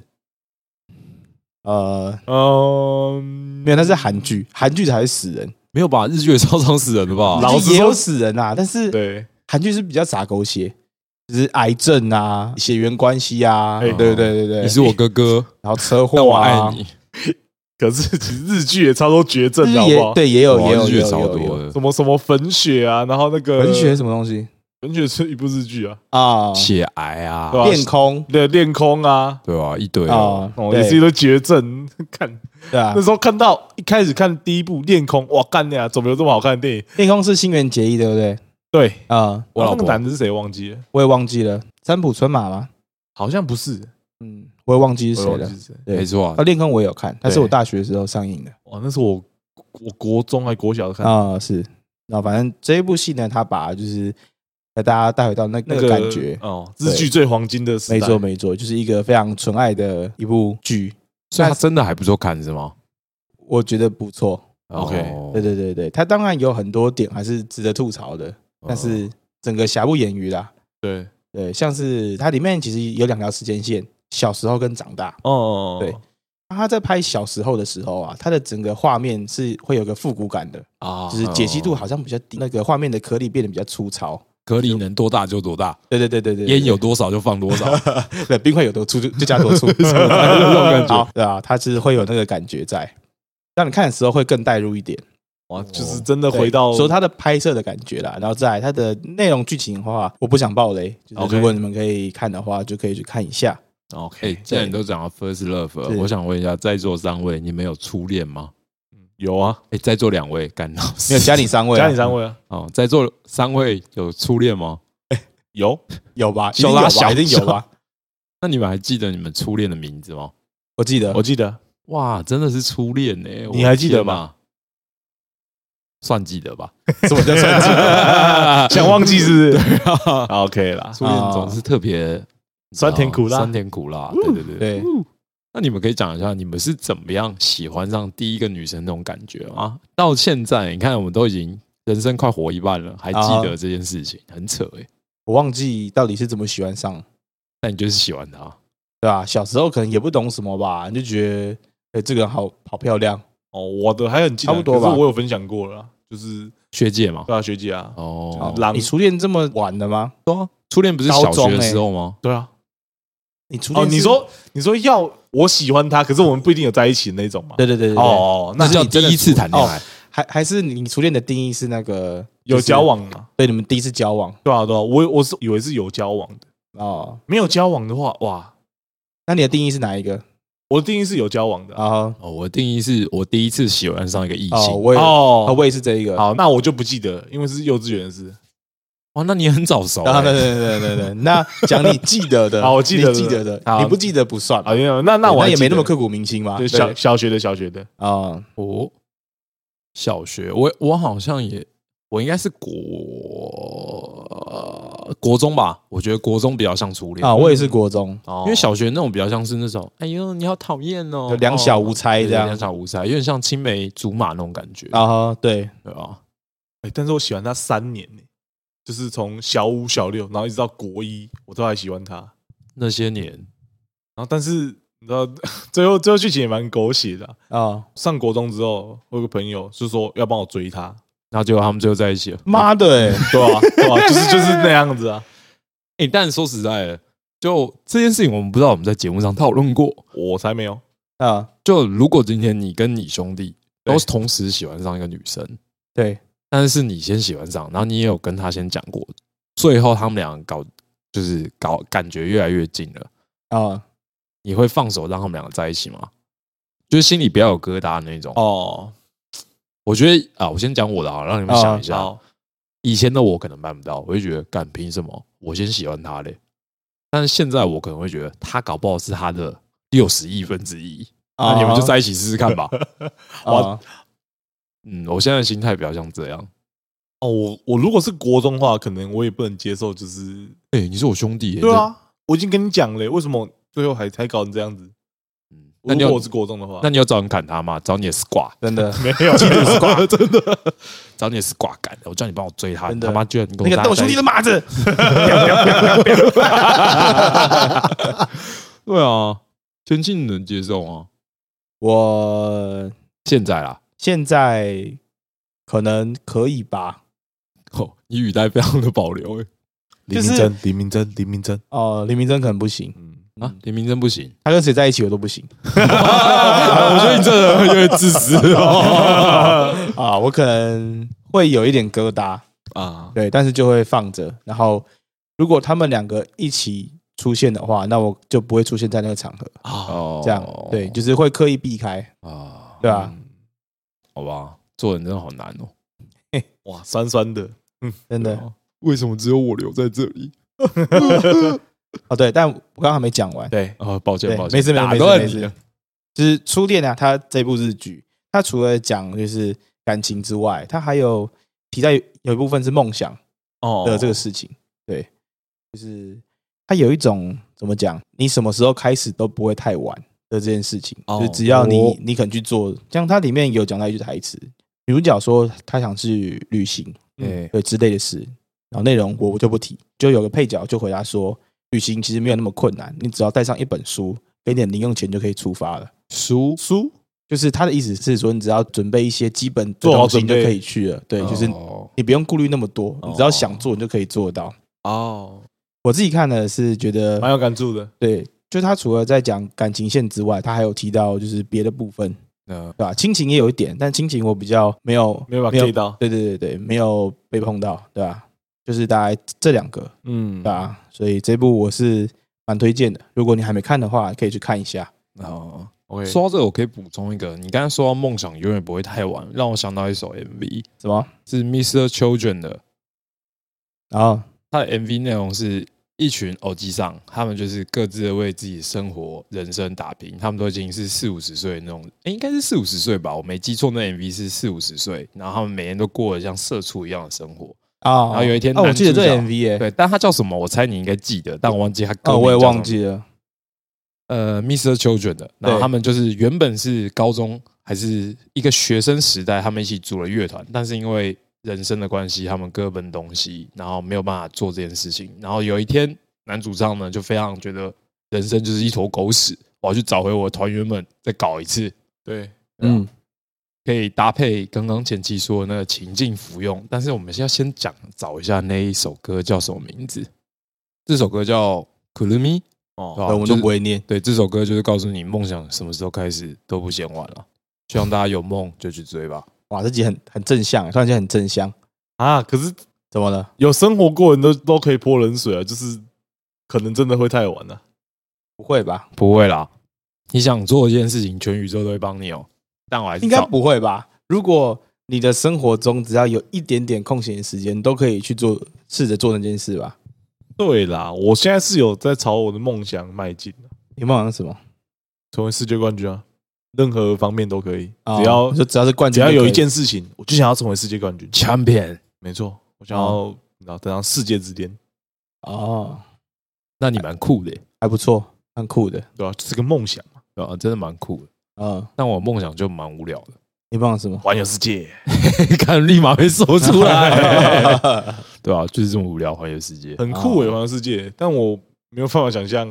Speaker 1: 呃，
Speaker 2: 嗯，
Speaker 1: 没有，那是韩剧，韩剧才是死人，
Speaker 3: 没有吧？日剧也超常死人的吧？
Speaker 2: 老
Speaker 1: 日
Speaker 2: 实
Speaker 1: 剧也
Speaker 2: 说
Speaker 1: 有死人啊，但是
Speaker 2: 对，
Speaker 1: 韩剧是比较傻狗血。就是癌症啊，血缘关系啊，
Speaker 2: 哎
Speaker 1: 对对对对
Speaker 3: 你，是我哥 哥，
Speaker 1: 然后车
Speaker 3: 但
Speaker 1: 祸
Speaker 3: 我
Speaker 1: 啊
Speaker 3: 爱，你。
Speaker 2: 可是其实日剧也超多绝症
Speaker 1: 日
Speaker 2: 的，好
Speaker 1: 也
Speaker 2: 不好？
Speaker 1: 对也有
Speaker 3: 哇
Speaker 1: 也有
Speaker 3: 日剧也
Speaker 1: 有
Speaker 3: 超
Speaker 1: 有
Speaker 3: 多
Speaker 1: 有
Speaker 3: 的，
Speaker 2: 什么什么粉雪啊，然后那个
Speaker 1: 文学什么东西
Speaker 2: 粉雪是一部日剧啊，
Speaker 1: 啊？
Speaker 3: 血癌啊，
Speaker 2: 对啊
Speaker 1: 恋空
Speaker 2: 对，恋空啊，
Speaker 3: 对吧？一堆啊，
Speaker 1: 啊，
Speaker 2: 哦，
Speaker 1: 对
Speaker 2: 也是一堆绝症。看
Speaker 1: 对啊
Speaker 2: 那。时候看到一开始看第一部恋空，哇，干呀，怎么有这么好看的电影？
Speaker 1: 恋空是新垣结衣对不对？
Speaker 2: 对，
Speaker 1: 啊，
Speaker 3: 我老
Speaker 2: 那个
Speaker 3: 婆
Speaker 2: 男的是谁忘记了？
Speaker 1: 我也忘记了，三浦春马吗？
Speaker 2: 好像不是，
Speaker 1: 嗯，我也忘记是
Speaker 2: 我
Speaker 1: 谁
Speaker 2: 忘
Speaker 1: 了
Speaker 2: 记。是谁。
Speaker 1: 对
Speaker 3: 没错啊
Speaker 1: 啊，，恋空我也有看，它是
Speaker 2: 对
Speaker 1: 我大学的时候上映的
Speaker 2: 哇，那是我我国中还国小看的
Speaker 1: 啊，是。然后反正这一部戏呢，它把就是把大家带回到那那
Speaker 2: 那
Speaker 1: 个感觉，
Speaker 2: 哦，
Speaker 1: 对
Speaker 2: 日剧最黄金的时代，
Speaker 1: 没错没错，就是一个非常纯爱的一部剧，
Speaker 3: 所以他真的还不错看是吗
Speaker 1: 我觉得不错。
Speaker 2: OK
Speaker 3: 哦
Speaker 1: 对对对对，它当然有很多点还是值得吐槽的，
Speaker 2: 哦
Speaker 1: 但是整个瑕不掩瑜啦。
Speaker 2: 对，
Speaker 1: 对，像是它里面其实有两条时间线，小时候跟长大。
Speaker 2: 哦，
Speaker 1: 对他在拍小时候的时候啊，他的整个画面是会有个复古感的，
Speaker 3: 啊
Speaker 1: 就是解析度好像比较低，那个画面的颗粒变得比较粗糙。
Speaker 3: 颗粒能多大就多大，
Speaker 1: 对对对对对，对
Speaker 3: 烟有多少就放多少，
Speaker 1: 对冰块有多粗就就加多粗， 这
Speaker 3: 种感觉
Speaker 1: 好，对啊，它是会有那个感觉在，让你看的时候会更带入一点。
Speaker 2: 哇，就是
Speaker 3: 哦
Speaker 2: 真的
Speaker 1: 对
Speaker 2: 回到
Speaker 1: 说它的拍摄的感觉啦，然后再来它的内容剧情的话，我不想爆雷，就是
Speaker 2: OK
Speaker 1: 如果你们可以看的话，就可以去看一下。
Speaker 3: 哎
Speaker 2: OK，，
Speaker 3: 既然你都讲到 first love，了
Speaker 1: 是
Speaker 3: 我想问一下，在座三位你们有初恋吗？
Speaker 2: 有啊，
Speaker 3: 哎，在座两位，干老师
Speaker 1: 没有加你三位 啊，
Speaker 2: 家里三位啊，
Speaker 3: 哦，在座三位有初恋吗？
Speaker 2: 有
Speaker 1: 有吧？
Speaker 3: 小
Speaker 1: 一定有
Speaker 3: 啦
Speaker 1: 吧
Speaker 3: 小
Speaker 1: 一定有吧？
Speaker 3: 那你们还记得你们初恋的名字吗？
Speaker 1: 我记得
Speaker 2: 我记 得
Speaker 3: 哇，真的是初恋呢、欸我
Speaker 2: 你还记得
Speaker 3: 天哪啊
Speaker 2: 吗？
Speaker 3: 算记得吧，
Speaker 1: 什么叫算计？
Speaker 2: 想忘记 是不是？OK 啦，
Speaker 3: 初恋总是特别
Speaker 2: 啊酸甜苦辣
Speaker 3: 酸甜苦辣。对对对对。
Speaker 1: 对，
Speaker 3: 那你们可以讲一下，你们是怎么样喜欢上第一个女生那种感觉吗？到现在，你看我们都已经人生快活一半了，还记得这件事情，很扯哎、
Speaker 1: 我忘记到底是怎么喜欢上了，
Speaker 3: 但你就是喜欢她
Speaker 1: 对吧、小时候可能也不懂什么吧，你就觉得，哎、这个人好好漂亮，
Speaker 2: 哦，我的还很近啊，
Speaker 1: 差不多吧
Speaker 2: 可是我有分享过了啦，就是
Speaker 3: 学姐嘛？
Speaker 2: 对啊，学姐啊，
Speaker 3: 哦，
Speaker 2: 狼
Speaker 1: 你初恋这么晚的吗？
Speaker 3: 对啊初恋不是小
Speaker 1: 高中
Speaker 3: 学的
Speaker 1: 欸
Speaker 3: 时候吗？
Speaker 2: 对啊，
Speaker 1: 你初
Speaker 2: 哦，
Speaker 1: 恋是
Speaker 2: 你说你说要我喜欢他，可是我们不一定有在一起的那种嘛。
Speaker 1: 对对对对对，
Speaker 2: 哦，那
Speaker 3: 那叫
Speaker 1: 你真
Speaker 3: 第
Speaker 1: 的
Speaker 3: 一次谈
Speaker 1: 哦
Speaker 3: 恋爱，
Speaker 1: 还还是你初恋的定义是那个
Speaker 2: 有交，
Speaker 1: 就
Speaker 2: 往嘛？
Speaker 1: 是对你们第一次交往
Speaker 2: 对啊，对啊，我我是以为是有交往的，
Speaker 1: 哦。
Speaker 2: 没有交往的话，哇，
Speaker 1: 那你的定义是哪一个
Speaker 2: 我的定义是有交往的啊。
Speaker 1: 啊？
Speaker 3: 哦，我定义是我第一次喜欢上一个异
Speaker 1: 哦，
Speaker 3: 性。
Speaker 1: 我也哦，
Speaker 2: 哦，
Speaker 1: 我也是这一个。
Speaker 2: 好，那我就不记得了，因为是幼稚园的事。
Speaker 3: 哇，那你很早熟
Speaker 1: 啊，对
Speaker 3: 欸，
Speaker 1: 对对对对对，那讲你记得的，
Speaker 2: 哦好我记得的
Speaker 1: 你记得的，
Speaker 2: 好
Speaker 1: 你不记得不算。
Speaker 2: 啊，因为那那
Speaker 1: 对
Speaker 2: 我还
Speaker 1: 也
Speaker 2: 记
Speaker 1: 没
Speaker 2: 得
Speaker 1: 那么刻骨铭心嘛。
Speaker 2: 啊对，
Speaker 1: 对
Speaker 2: 小小学的小学的，
Speaker 1: 啊，
Speaker 3: 我小学，我我好像也，我应该是国国中吧，我觉得国中比较像初恋
Speaker 1: 啊，，我也是国中，
Speaker 2: 哦
Speaker 3: 因为小学那种比较像是那种，哎呦，你好讨厌哦
Speaker 1: 就，两小无猜
Speaker 3: 对
Speaker 1: 这样
Speaker 3: 两。小无猜，有点像青梅竹马那种感觉，
Speaker 1: 啊，对，
Speaker 3: 对吧？
Speaker 2: 哎，但是我喜欢他三年呢，就是从小五小六，然后一直到国一，我都还喜欢他。
Speaker 3: 那些年，
Speaker 2: 然后但是你知道， 最后最后剧情也蛮狗血的啊、
Speaker 1: 啊，
Speaker 2: 上国中之后，我有个朋友是说要帮我追他，
Speaker 3: 然后结果他们最后在一起了。
Speaker 1: 妈的，欸
Speaker 2: 对啊，对啊，就是就是那样子啊。
Speaker 3: 哎，但说实在的，就这件事情，我们不知道我们在节目上讨论过。
Speaker 2: 我才没有，
Speaker 1: 啊，
Speaker 3: 就如果今天你跟你兄弟
Speaker 2: 对
Speaker 3: 都是同时喜欢上一个女生，
Speaker 1: 对，
Speaker 3: 但是你先喜欢上，然后你也有跟她先讲过，最后他们俩搞就是搞感觉越来越近了，
Speaker 1: 啊，
Speaker 3: 你会放手让他们两个在一起吗？就是心里不要有疙瘩那种。
Speaker 2: 哦，
Speaker 3: 我觉得啊，我先讲我的哦好了，让你们想一下。
Speaker 2: 好，
Speaker 3: 以前的我可能办不到，我就觉得干凭什么我先喜欢他嘞？但是现在我可能会觉得他搞不好是他的六十亿分之一，那你们就在一起试试看吧。
Speaker 1: 啊
Speaker 3: 嗯，我现在的心态比较像这 样。
Speaker 2: 哦，我我如果是国中的话，可能我也不能接受，就是
Speaker 3: 哎、你是我兄弟耶，
Speaker 2: 对啊，我已经跟你讲了，为什么最后还才搞成这样子？
Speaker 3: 这，嗯，那
Speaker 2: 如
Speaker 3: 你
Speaker 2: 果
Speaker 3: 有
Speaker 2: 我是国中的话，
Speaker 3: 那你有找人砍他吗？找你的 squad，
Speaker 1: 真 的
Speaker 2: 没有，真 的真的
Speaker 3: 找你的 squad 砍，我叫你帮我追他，
Speaker 1: 真
Speaker 3: 你
Speaker 1: 的
Speaker 3: 他妈居然跟我
Speaker 1: 那个
Speaker 3: 搭
Speaker 1: 斗
Speaker 3: 在
Speaker 1: 兄
Speaker 3: 一
Speaker 1: 弟
Speaker 3: 起
Speaker 1: 的马子，
Speaker 3: 对啊，天庆能接受啊吗？
Speaker 1: 我
Speaker 3: 现在啊啦，
Speaker 1: 现在可能可以吧。
Speaker 3: 哦，你语带非常的保留哎、
Speaker 2: 李
Speaker 1: 就是
Speaker 2: 明珍，李明珍，李明珍，
Speaker 1: 哦，林明真可能不行，
Speaker 2: 嗯，
Speaker 3: 啊，林明真不行，
Speaker 1: 他跟谁在一起我都不行
Speaker 3: 我觉得你这人有点自私哦。
Speaker 1: 啊，我可能会有一点疙瘩，
Speaker 3: 啊，
Speaker 1: 对，但是就会放着。然后如果他们两个一起出现的话，那我就不会出现在那个场合，
Speaker 3: 哦
Speaker 1: 这样对，就是会刻意避开，
Speaker 3: 啊，
Speaker 1: 对吧？
Speaker 2: 嗯
Speaker 3: 好吧，做人真的好难哦。
Speaker 2: 哇，酸酸的，
Speaker 1: 真的
Speaker 3: 啊，为什么只有我留在这里？
Speaker 1: 哦，对，但我刚刚还没讲完，
Speaker 2: 对，
Speaker 3: 啊，抱
Speaker 1: 对
Speaker 3: 歉，抱，歉，
Speaker 1: 没事没事
Speaker 3: 打
Speaker 1: 没事
Speaker 3: 断
Speaker 1: 没
Speaker 3: 你
Speaker 1: 事
Speaker 3: 了。
Speaker 1: 就是初恋啊，它这部日剧，它除了讲就是感情之外，它还有提到有有一部分是梦想
Speaker 2: 哦
Speaker 1: 的这个事情，对，就是它有一种怎么讲，你什么时候开始都不会太晚的这件事情，
Speaker 3: 哦
Speaker 1: 就是只要
Speaker 3: 我
Speaker 1: 你你肯去做，像它里面有讲到一句台词，女主角说她想去旅行，
Speaker 2: 嗯
Speaker 1: 对之类的事，然后内容我就不提，就有个配角就回答说，旅行其实没有那么困难，你只要带上一本书，给点零用钱就可以出发了。
Speaker 3: 书
Speaker 2: 书
Speaker 1: 就是他的意思是说，你只要准备一些基本
Speaker 2: 做好
Speaker 1: 东西
Speaker 2: 准
Speaker 1: 就
Speaker 2: 备
Speaker 1: 可以去了。对，就是
Speaker 3: 哦
Speaker 1: 你不用顾虑那么多，你只要想
Speaker 3: 哦
Speaker 1: 做你就可以做到。
Speaker 3: 哦，
Speaker 1: 我自己看了是觉得
Speaker 2: 蛮有感触的，
Speaker 1: 对，就他除了在讲感情线之外，他还有提到就是别的部分，
Speaker 3: 那
Speaker 1: 对吧？亲情也有一点，但亲情我比较没有
Speaker 2: 没有把 get 到，
Speaker 1: 对对对对，没有被碰到，对吧？就是大概这两个，
Speaker 2: 嗯
Speaker 1: 对，吧？所以这部我是蛮推荐的，如果你还没看的话，可以去看一下。
Speaker 3: 哦。
Speaker 2: OK，
Speaker 3: 说到这个，我可以补充一个，你刚才说到梦想永远不会太晚，让我想到一首 MV
Speaker 1: 什么？
Speaker 3: 是 Mr. Children 的，
Speaker 1: 然后
Speaker 3: 他的 MV 内容是一群偶机上，他们就是各自地为自己生活、人生打拼，他们都已经是四五十岁的那种，诶应该是四五十岁吧，我没记错，那 MV 是四五十岁，然后他们每天都过得像社畜一样的生活。
Speaker 1: 啊，
Speaker 3: 然后有一天
Speaker 1: 哦，我记得
Speaker 3: 男主
Speaker 1: 这
Speaker 3: 角
Speaker 1: MV 耶，
Speaker 3: 对，但他叫什么？我猜你应该记得，但我忘记他歌
Speaker 1: 哦，
Speaker 3: 名
Speaker 1: 我也
Speaker 3: 叫什
Speaker 1: 忘
Speaker 3: 么啊
Speaker 1: 记了。
Speaker 3: 呃 Mr. Children 的，然后他们就是原本是高中还是一个学生时代，他们一起组了乐团，但是因为人生的关系，他们各奔东西，然后没有办法做这件事情。然后有一天，男主唱呢就非常觉得人生就是一坨狗屎，我要去找回我的团员们，再搞一次。
Speaker 2: 对，
Speaker 1: 嗯，
Speaker 3: 可以搭配刚刚前期说的那个情境服用，但是我们先要先讲找一下那一首歌叫什么名字？这首歌叫《k u r u m i
Speaker 2: 哦
Speaker 3: 对吧
Speaker 1: 对，我们
Speaker 3: 就
Speaker 1: 都
Speaker 3: 是
Speaker 1: 不会念。
Speaker 3: 对，这首歌就是告诉你梦想什么时候开始都不嫌晚了。希望大家有梦就去追吧。
Speaker 1: 哇，这集很很正向，突然间很正向，
Speaker 2: 啊，可是
Speaker 1: 怎么了？
Speaker 2: 有生活过的人都都可以泼冷水啊，就是可能真的会太晚啊了。
Speaker 1: 不会吧？
Speaker 3: 不会啦，你想做一件事情，全宇宙都会帮你哦。但我还是
Speaker 1: 应该
Speaker 3: 照
Speaker 1: 不会吧？如果你的生活中只要有一点点空闲时间，都可以去做，试着做那件事吧。
Speaker 2: 对啦，我现在是有在朝我的梦想迈进的，
Speaker 1: 你梦想是什么？
Speaker 2: 成为世界冠军啊，任何方面都可以，只
Speaker 1: 哦
Speaker 2: 要
Speaker 1: 就只要是冠
Speaker 2: 只
Speaker 1: 军，
Speaker 2: 要有一，件事情，我就想要成为世界冠军。
Speaker 3: champion。
Speaker 2: 没错，我想要你知道登上世界之巅，
Speaker 1: 哦，
Speaker 3: 那你蛮酷的耶，
Speaker 1: 还不错，蛮酷的。
Speaker 2: 对吧？这是个梦想嘛，
Speaker 3: 对吧？真的蛮酷的。
Speaker 1: 嗯，
Speaker 3: 但我梦想就蛮无聊的，
Speaker 1: 你梦想什么？
Speaker 2: 环游世界。
Speaker 3: 看立马被说 出来，对啊，就是这么无聊环游世界。
Speaker 2: 很酷诶、欸
Speaker 1: 哦
Speaker 2: 环游世界，但我没有办法想象，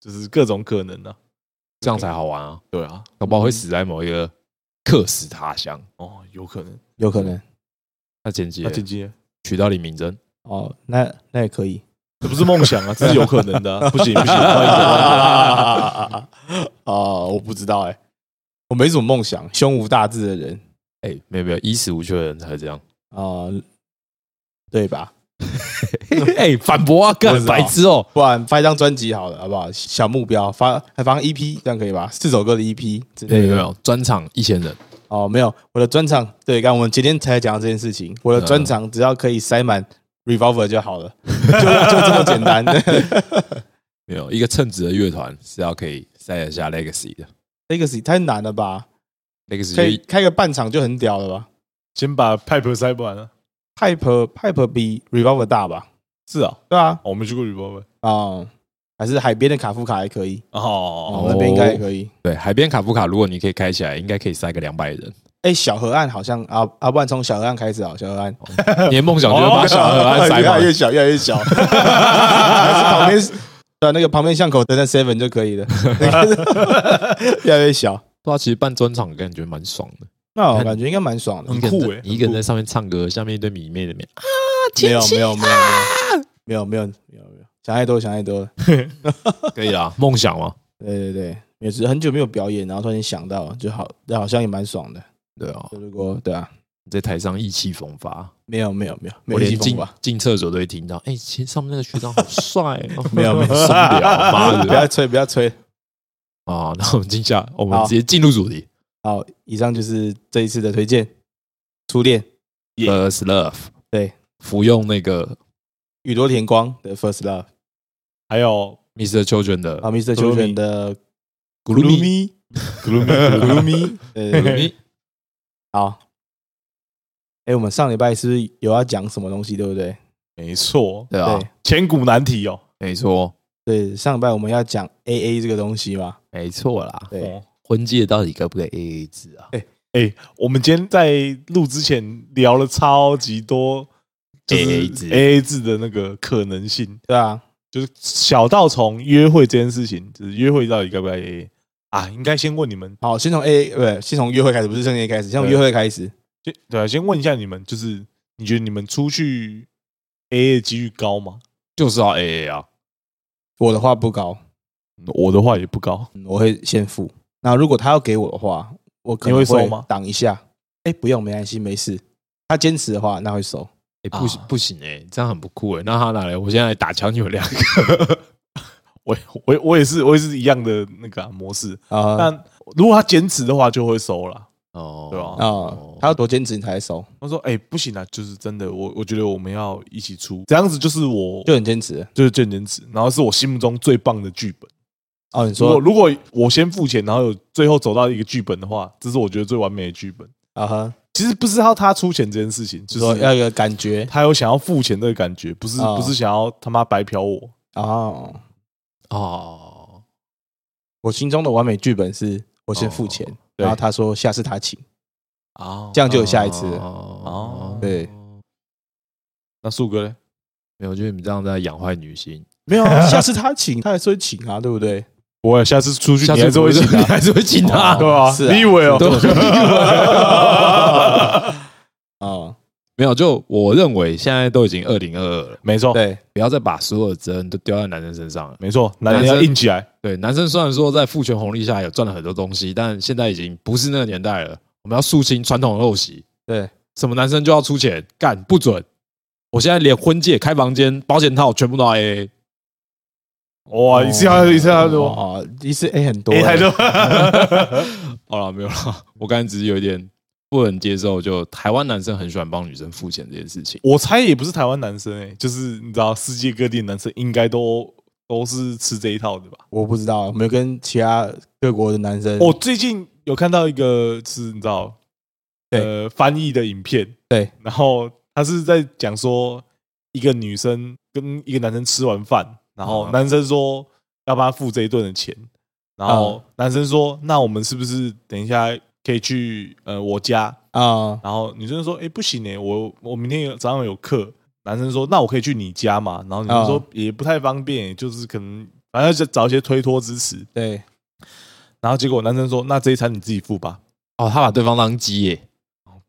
Speaker 2: 就是各种可能啊。
Speaker 3: 这样才好玩啊！
Speaker 2: 对啊，
Speaker 3: 搞不好会死在某一个客死他乡。
Speaker 2: 哦，有可能。
Speaker 1: 有可能
Speaker 3: 那剪辑
Speaker 2: 那姐姐，
Speaker 3: 娶到李明珍，
Speaker 1: 哦，那那也 可以。
Speaker 2: 这不是梦想啊，这是有可能 的啊、不行不行，不好意思
Speaker 1: 哦，我不知道哎、我没什么梦想，胸无大志的人
Speaker 3: 哎，没有没有，衣食无缺的人才这样。
Speaker 1: 哦，对吧？
Speaker 3: 哎，反 驳啊，
Speaker 1: 我
Speaker 3: 干
Speaker 1: 知道
Speaker 3: 白痴哦！
Speaker 1: 不然发一张专辑好了，好不好？小目标发还发 EP，这样可以吧？四首歌的 EP 之
Speaker 3: 对，
Speaker 1: 类
Speaker 3: 有没
Speaker 1: 的。
Speaker 3: 有专场一千人？
Speaker 1: 哦，没有，我的专场对，刚刚我们今天才讲到这件事情，我的专场只要可以塞满 Revolver 就好了，就就这么简 单。
Speaker 3: 没有一个称职的乐团是要可以塞得下 Legacy 的
Speaker 1: Legacy 太难了吧？可以
Speaker 3: ，Legacy 就
Speaker 1: 开个半场就很屌了吧
Speaker 2: 先把 Pipe 塞不完啊。
Speaker 1: ？Pipe Pipe 比 Revolver 大吧？
Speaker 2: 是啊，
Speaker 1: 对啊，
Speaker 2: 哦我没去过 r e v o l v e
Speaker 1: 啊、还是海边的卡夫卡还可以，哦
Speaker 2: 哦，
Speaker 1: 那边应该也可以。
Speaker 3: 对海边卡夫卡，如果你可以开起来，应该可以塞个两百 人。
Speaker 1: 哎、小河岸好像啊啊，不然从小河岸开始啊，小河岸
Speaker 3: 你的梦想就是把小河 岸塞
Speaker 1: 越来
Speaker 3: 满
Speaker 1: 越。小，越来越小，还是旁边对那个旁边巷口的那 Seven 就可以了，越来越小。
Speaker 3: 对啊，其实办专场感觉蛮爽的。
Speaker 1: 那我感觉应该蛮爽的，
Speaker 2: 很
Speaker 3: 一个人
Speaker 2: 酷
Speaker 3: 在
Speaker 2: 欸
Speaker 3: 你一个人在上面唱歌，下面一堆迷妹的面啊，
Speaker 1: 没有没
Speaker 3: 亲亲
Speaker 1: 有没有没有没有没有没有没有，想太多想太多了。欸
Speaker 3: 可以啦， 梦想嘛，
Speaker 1: 对对对，也是很久没有表演，然后突然间想到，就好，好像也蛮爽的。
Speaker 3: 对啊，
Speaker 1: 就如果对啊，
Speaker 3: 你在台上意气风发，
Speaker 1: 没有没有没有，没
Speaker 3: 我
Speaker 1: 有
Speaker 3: 连
Speaker 1: 一起
Speaker 3: 进
Speaker 1: 疯吧，
Speaker 3: 进厕所都会听到，哎，其实上面那个学长好帅哦，
Speaker 1: 没有没有
Speaker 3: 受 不了，妈
Speaker 1: 不要
Speaker 3: 的
Speaker 1: 吹不要吹。
Speaker 3: 啊！那我们进下，我们
Speaker 1: 好
Speaker 3: 直接进入主题
Speaker 1: 好，以上就是这一次的推荐，初恋
Speaker 2: Yeah
Speaker 3: ，First Love，
Speaker 1: 对，
Speaker 3: 服用那个
Speaker 1: 宇多田光的 First Love，
Speaker 2: 还有
Speaker 3: Mr. Children 的
Speaker 1: 啊，Mr. Children 的
Speaker 3: g l o o m
Speaker 2: Gloomy
Speaker 1: g l o o m y 呃，
Speaker 3: y
Speaker 1: 好。哎，我们上礼拜是不是有要讲什么东西，对不对？
Speaker 2: 没 错，
Speaker 3: 对啊，
Speaker 2: 千古难题哦。
Speaker 3: 没错，
Speaker 1: 对对，上礼拜我们要讲 AA 这个东西嘛，
Speaker 3: 没错啦。
Speaker 1: 对，
Speaker 2: 哦
Speaker 3: 婚戒到底该不该 AA 制啊？
Speaker 2: 哎，我们今天在录之前聊了超级多，就是
Speaker 3: AA 制
Speaker 2: AA 制的那个可能性。
Speaker 1: 对啊，
Speaker 2: 就是小到从约会这件事情，就是约会到底该不该 AA 啊？应该先问你们，
Speaker 1: 好，先从 A，不对，先从约会开始，不是正业开始，先从约会开始。
Speaker 2: 就对啊，先问一下你们，就是你觉得你们出去 AA 的几率高吗？
Speaker 3: 就是要 AA 啊，
Speaker 1: 我的话不高，
Speaker 2: 我的话也不高，
Speaker 1: 嗯我会先付。那如果他要给我的话，我可能
Speaker 2: 你会收吗
Speaker 1: 挡一下，哎，不用，没关系，没事。他坚持的话，那会收。
Speaker 3: 哎、
Speaker 2: 啊
Speaker 3: 不行、不行哎、这样很不酷哎、那他哪来？我现在来打枪你们两个。
Speaker 2: 我我我也是我也是一样的那个啊、模式。
Speaker 1: 啊、
Speaker 2: 但如果他坚持的话，就会收了。
Speaker 3: 哦
Speaker 2: 对啊
Speaker 1: 啊、他要多坚持你才收，
Speaker 2: 他说：“哎、不行啊，就是真的，我我觉得我们要一起出，这样子就是我
Speaker 1: 就很坚持。
Speaker 2: 就是最坚持，然后是我心目中最棒的剧本。
Speaker 1: 哦，你
Speaker 2: 如果
Speaker 1: 说
Speaker 2: 如果我先付钱，然后有最后走到一个剧本的话，这是我觉得最完美的剧本。
Speaker 1: 啊哈，
Speaker 2: 其实不是要他出钱这件事情，
Speaker 1: 就说
Speaker 2: 就是
Speaker 1: 要有感觉
Speaker 2: 他有想要付钱这个感觉，不是、
Speaker 1: 哦
Speaker 2: 不是想要他妈白嫖我。
Speaker 1: 哦。
Speaker 3: 哦，
Speaker 1: 我心中的完美剧本是我先付钱，
Speaker 2: 哦对
Speaker 1: 然后他说下次他请。
Speaker 2: 啊
Speaker 3: 哦
Speaker 1: 啊这样就有下一次了
Speaker 3: 哦
Speaker 1: 对，
Speaker 2: 那树哥呢？
Speaker 3: 没有，我觉得你们这样在养坏女性。
Speaker 1: 没有， 啊，下次他请，他还是会请啊，对不对？
Speaker 2: 不会，下次出去
Speaker 3: 下
Speaker 2: 你
Speaker 3: 次
Speaker 2: 还是会
Speaker 3: 不
Speaker 2: 请
Speaker 3: 你
Speaker 2: 的，
Speaker 3: 还是会请 他。
Speaker 1: 哦
Speaker 2: 对吧？
Speaker 1: 是啊
Speaker 2: 你以为哦？
Speaker 3: 对
Speaker 1: 啊、
Speaker 3: 没有，就我认为现在都已经二零二二了，
Speaker 2: 没错，
Speaker 1: 对，
Speaker 3: 不要再把所有的责任都丢在男生身上了。
Speaker 2: 没错，男人
Speaker 3: 男
Speaker 2: 要
Speaker 3: 生
Speaker 2: 硬起来，
Speaker 3: 对，男生虽然说在父权红利下有赚了很多东西，但现在已经不是那个年代了。我们要肃清传统陋习，
Speaker 1: 对，
Speaker 3: 什么男生就要出钱干，不准。我现在连婚戒、开房间、保险套全部都要 AA。
Speaker 2: 哇，哦一次啊要一次要多，
Speaker 1: 哦，一次 A 很多，
Speaker 2: 哎，太多，
Speaker 3: 好了，没有了。我刚才只是有一点不能接受，就台湾男生很喜欢帮女生付钱这件事情。
Speaker 2: 我猜也不是台湾男生哎、就是你知道，世界各地的男生应该都都是吃这一套的吧？
Speaker 1: 我不知道，没有跟其他各国的男生，
Speaker 2: 我最近有看到一个是你知道，
Speaker 1: 对
Speaker 2: 呃，翻译的影片，
Speaker 1: 对，
Speaker 2: 然后他是在讲说一个女生跟一个男生吃完饭，然后
Speaker 3: 嗯
Speaker 2: 男生说要帮他付这一顿的钱，然后男生说那我们是不是等一下可以去呃我家？
Speaker 1: 啊，
Speaker 2: 然后女生说：“哎、不行哎、我我明天有早上有课。”男生说：“那我可以去你家嘛？”然后女生说：“也不太方便，就是可能反正就找一些推脱支持。
Speaker 1: 对，”
Speaker 2: 然后结果男生说：“那这一餐你自己付吧。
Speaker 3: 哦，他把对方当鸡耶。”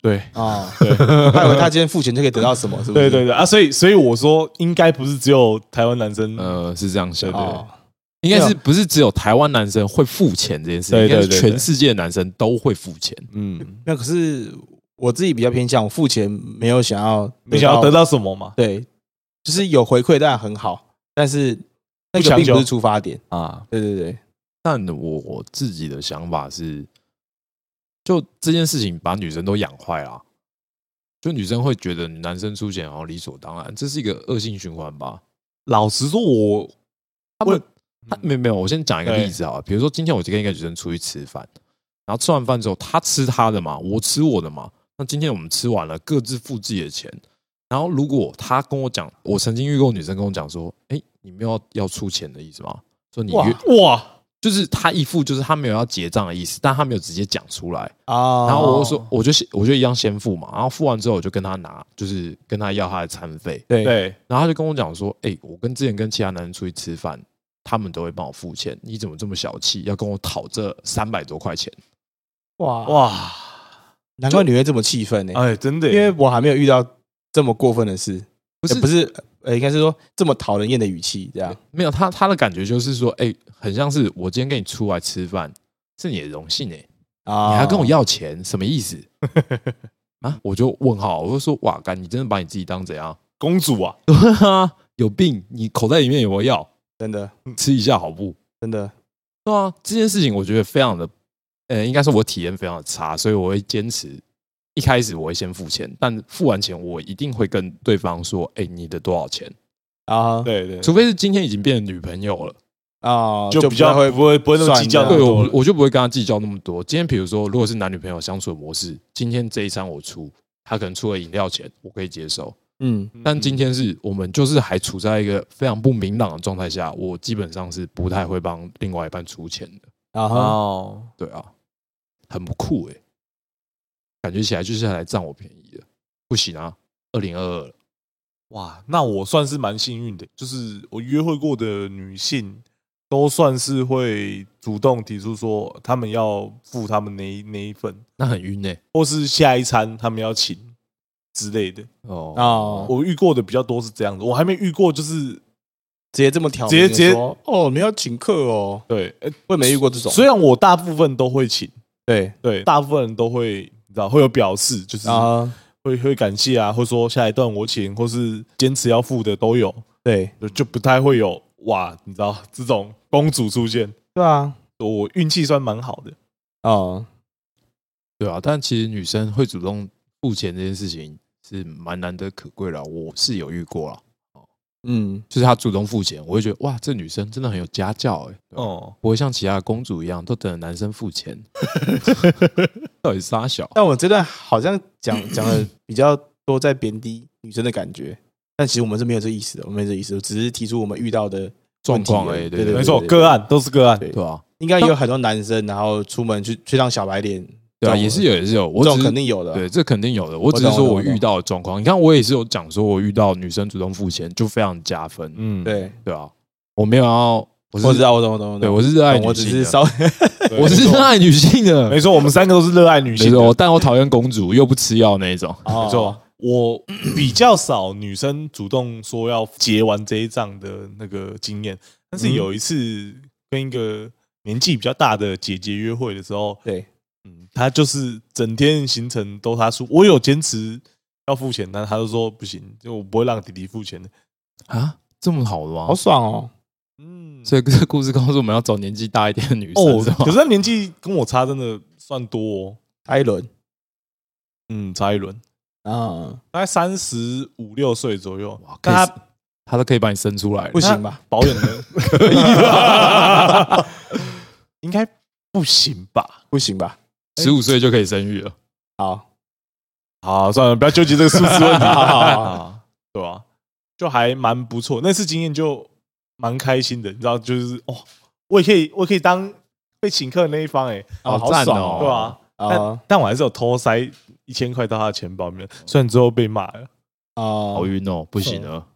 Speaker 2: 对
Speaker 1: 啊，对， 他以为他今天付钱就可以得到什么，是不
Speaker 2: 对
Speaker 1: 是？
Speaker 2: 对对啊！所以所以我说，应该不是只有台湾男生，
Speaker 3: 呃，是这样想
Speaker 2: 对
Speaker 3: 的，
Speaker 1: 哦，
Speaker 3: 应该是不是只有台湾男生会付钱这件事情？
Speaker 2: 对
Speaker 3: 应该是
Speaker 2: 对对对
Speaker 3: 全世界的男生都会付钱。
Speaker 2: 嗯，
Speaker 1: 那可是我自己比较偏向，我付钱没有想要，
Speaker 2: 你想要得，到什么嘛？
Speaker 1: 对，就是有回馈，当然很好，但是那
Speaker 2: 不
Speaker 1: 个
Speaker 2: 强
Speaker 1: 并
Speaker 2: 求
Speaker 1: 不是出发点，
Speaker 3: 啊，
Speaker 1: 对对对，
Speaker 3: 但我我自己的想法是，就这件事情把女生都养坏了啊，就女生会觉得男生出钱好像理所当然，这是一个恶性循环吧？
Speaker 2: 老实说我，
Speaker 3: 他们他
Speaker 2: 嗯
Speaker 3: 没有没有，我先讲一个
Speaker 2: 对
Speaker 3: 例子啊，比如说今天我就跟一个女生出去吃饭，然后吃完饭之后，她吃她的嘛，我吃我的嘛，那今天我们吃完了，各自付自己的钱。然后如果她跟我讲，我曾经遇过女生跟我讲说，哎，你没有要要出钱的意思吗？说你
Speaker 2: 哇
Speaker 3: 约
Speaker 2: 哇，
Speaker 3: 就是他一副就是他没有要结账的意思，但他没有直接讲出来。
Speaker 1: 啊，
Speaker 3: 然后我就说，，我就先我就一样先付嘛，然后付完之后我就跟他拿，就是跟他要他的餐费。
Speaker 1: 对
Speaker 2: 对，
Speaker 3: 然后他就跟我讲说，哎、我跟之前跟其他男人出去吃饭，他们都会帮我付钱，你怎么这么小气，要跟我讨这三百多块钱？
Speaker 1: 哇哇，
Speaker 2: 哇，
Speaker 1: 难怪你会这么气愤呢，
Speaker 2: 哎，真的耶，
Speaker 1: 因为我还没有遇到这么过分的事，
Speaker 3: 不是
Speaker 1: 呃不是，呃，应该是说这么讨人厌的语气，这样
Speaker 3: 没有他他的感觉就是说，哎、很像是我今天跟你出来吃饭是你的荣幸哎、
Speaker 1: 啊，
Speaker 3: 你还跟我要钱，什么意思？ 啊，我就问号，我就说，哇，干，你真的把你自己当怎样？
Speaker 2: 公主啊，
Speaker 3: 哈，有病！你口袋里面有没有药？
Speaker 1: 真的
Speaker 3: 吃一下好不？
Speaker 1: 真的
Speaker 3: 对啊，这件事情我觉得非常的，呃，应该说我体验非常的差，所以我会坚持一开始我会先付钱，但付完钱我一定会跟对方说，哎、你的多少钱？
Speaker 1: 啊
Speaker 2: 对对，
Speaker 3: 除非是今天已经变成女朋友了，
Speaker 1: 啊，
Speaker 2: 就比
Speaker 1: 不
Speaker 2: 较
Speaker 1: 太会
Speaker 2: 不会不会那么计较那
Speaker 3: 对
Speaker 2: 么
Speaker 3: 我
Speaker 2: 多
Speaker 3: 不
Speaker 2: 了，
Speaker 3: 我就不会跟他计较那么多。今天比如说，如果是男女朋友相处的模式，今天这一餐我出，他可能出了饮料钱，我可以接受。
Speaker 1: 嗯，
Speaker 3: 但今天是我们就是还处在一个非常不明朗的状态下，我基本上是不太会帮另外一半出钱的。
Speaker 1: 然后
Speaker 2: 哦，
Speaker 3: 对啊，很不酷诶、欸感觉起来就是来占我便宜的，不行啊！二零二二
Speaker 2: 哇，那我算是蛮幸运的，就是我约会过的女性都算是会主动提出说他们要付他们那一那一份，
Speaker 3: 那很晕呢、欸
Speaker 2: 或是下一餐他们要请之类的。
Speaker 3: 哦
Speaker 1: 哦
Speaker 2: 我遇过的比较多是这样子，我还没遇过就是
Speaker 1: 直接这么挑明地
Speaker 2: 直
Speaker 1: 说，
Speaker 2: 接直接
Speaker 1: 哦，你要请客哦，
Speaker 2: 对，呃
Speaker 1: 我也没遇过这种，
Speaker 2: 虽然我大部分都会请，
Speaker 1: 对
Speaker 2: 对，大部分人都会你知道会有表示，就是
Speaker 1: 啊，
Speaker 2: 会会感谢啊，或说下一段我请，或是坚持要付的都有，
Speaker 1: 对
Speaker 2: 就就不太会有哇，你知道这种公主出现。
Speaker 1: 对啊，
Speaker 2: 我运气算蛮好的。
Speaker 1: 哦，
Speaker 3: 对啊，但其实女生会主动付钱这件事情是蛮难得可贵的啊，我是有遇过啦，
Speaker 1: 嗯，
Speaker 3: 就是她主动付钱，我会觉得哇，这女生真的很有家教诶、对啊
Speaker 2: 哦，
Speaker 3: 不会像其他的公主一样都等着男生 付钱，到底傻小？
Speaker 1: 但我这段好像讲讲的比较多在贬低女生的感觉，但其实我们是没有这意思的，我们没有这意思，只是提出我们遇到的
Speaker 3: 状况
Speaker 1: 问题而已
Speaker 3: 哎，
Speaker 1: 对
Speaker 2: 没
Speaker 3: 对
Speaker 2: 错，
Speaker 3: 对
Speaker 2: 个案都是个案。
Speaker 1: 对
Speaker 3: 对啊，
Speaker 1: 应该也有很多男生，然后出门去去当小白脸，
Speaker 3: 对
Speaker 1: 这
Speaker 3: 啊，
Speaker 1: 种
Speaker 3: 也是有，也是有，我
Speaker 1: 这种
Speaker 3: 只是
Speaker 1: 肯定有的，
Speaker 3: 对，这肯定有的。我只
Speaker 1: 懂
Speaker 3: 是说
Speaker 1: 我懂
Speaker 3: 我
Speaker 1: 我懂
Speaker 3: 遇到的状况，你看我也是有讲说，我遇到女生主动付钱就非常加分，
Speaker 2: 嗯，
Speaker 1: 对，
Speaker 3: 对啊，我没有要，我是
Speaker 1: 我知，道，我懂，我懂，我懂
Speaker 3: 对我是热爱
Speaker 1: 懂
Speaker 3: 女
Speaker 1: 我只
Speaker 3: 性
Speaker 1: 是
Speaker 3: 的，
Speaker 1: 稍 微
Speaker 2: 对，
Speaker 3: 我是
Speaker 2: 没
Speaker 3: 热
Speaker 2: 错
Speaker 3: 爱女性的，
Speaker 2: 没错，我们三个都是热爱女
Speaker 3: 没
Speaker 2: 性的。
Speaker 3: 错，但我讨厌公主又不吃药那一种，
Speaker 1: 没
Speaker 2: 没错，我比较少女生主动说要结完这一仗的那个经验，但是
Speaker 1: 嗯
Speaker 2: 有一次跟一个年纪比较大的姐姐约会的时候，
Speaker 1: 对，
Speaker 2: 嗯，她就是整天行程都她出，我有坚持要付钱，但她就说不行，就我不会让弟弟付钱的。
Speaker 3: 啊， 这么好的吗
Speaker 1: 好？爽哦！
Speaker 2: 嗯，
Speaker 3: 所以这故事告诉我们要找年纪大一点的女生，
Speaker 2: 哦
Speaker 3: 是，吗
Speaker 2: 可是她年纪跟我差真的算多哦，
Speaker 1: 艾伦
Speaker 2: 嗯，差一轮，
Speaker 1: 啊，
Speaker 2: 大概三十五六岁左右
Speaker 3: 哇，
Speaker 2: 但她
Speaker 3: 可以她都可以把你生出来了，
Speaker 1: 不行吧？
Speaker 2: 保养的可以吧？ 应该不行吧？
Speaker 1: 不行哦吧？
Speaker 3: 十五岁就可以生育了。
Speaker 1: 好，
Speaker 2: 好，算了，不要纠结这个数字问 题
Speaker 1: 好好 好
Speaker 2: 啊，对吧、就还蛮不错，那次经验就蛮开心的，你知道，就是哦，我也可以，我也可以当被请客的那一方、欸，哎、
Speaker 1: 哦
Speaker 3: 好
Speaker 1: 赞
Speaker 3: 赞
Speaker 1: 哦
Speaker 3: 哦
Speaker 2: 对吧、啊？
Speaker 1: 啊
Speaker 2: 但我还是有偷塞一千块到他的钱包里
Speaker 1: 哦
Speaker 2: 面，虽然之后被骂了，
Speaker 1: 啊
Speaker 3: 好晕哦，不行了，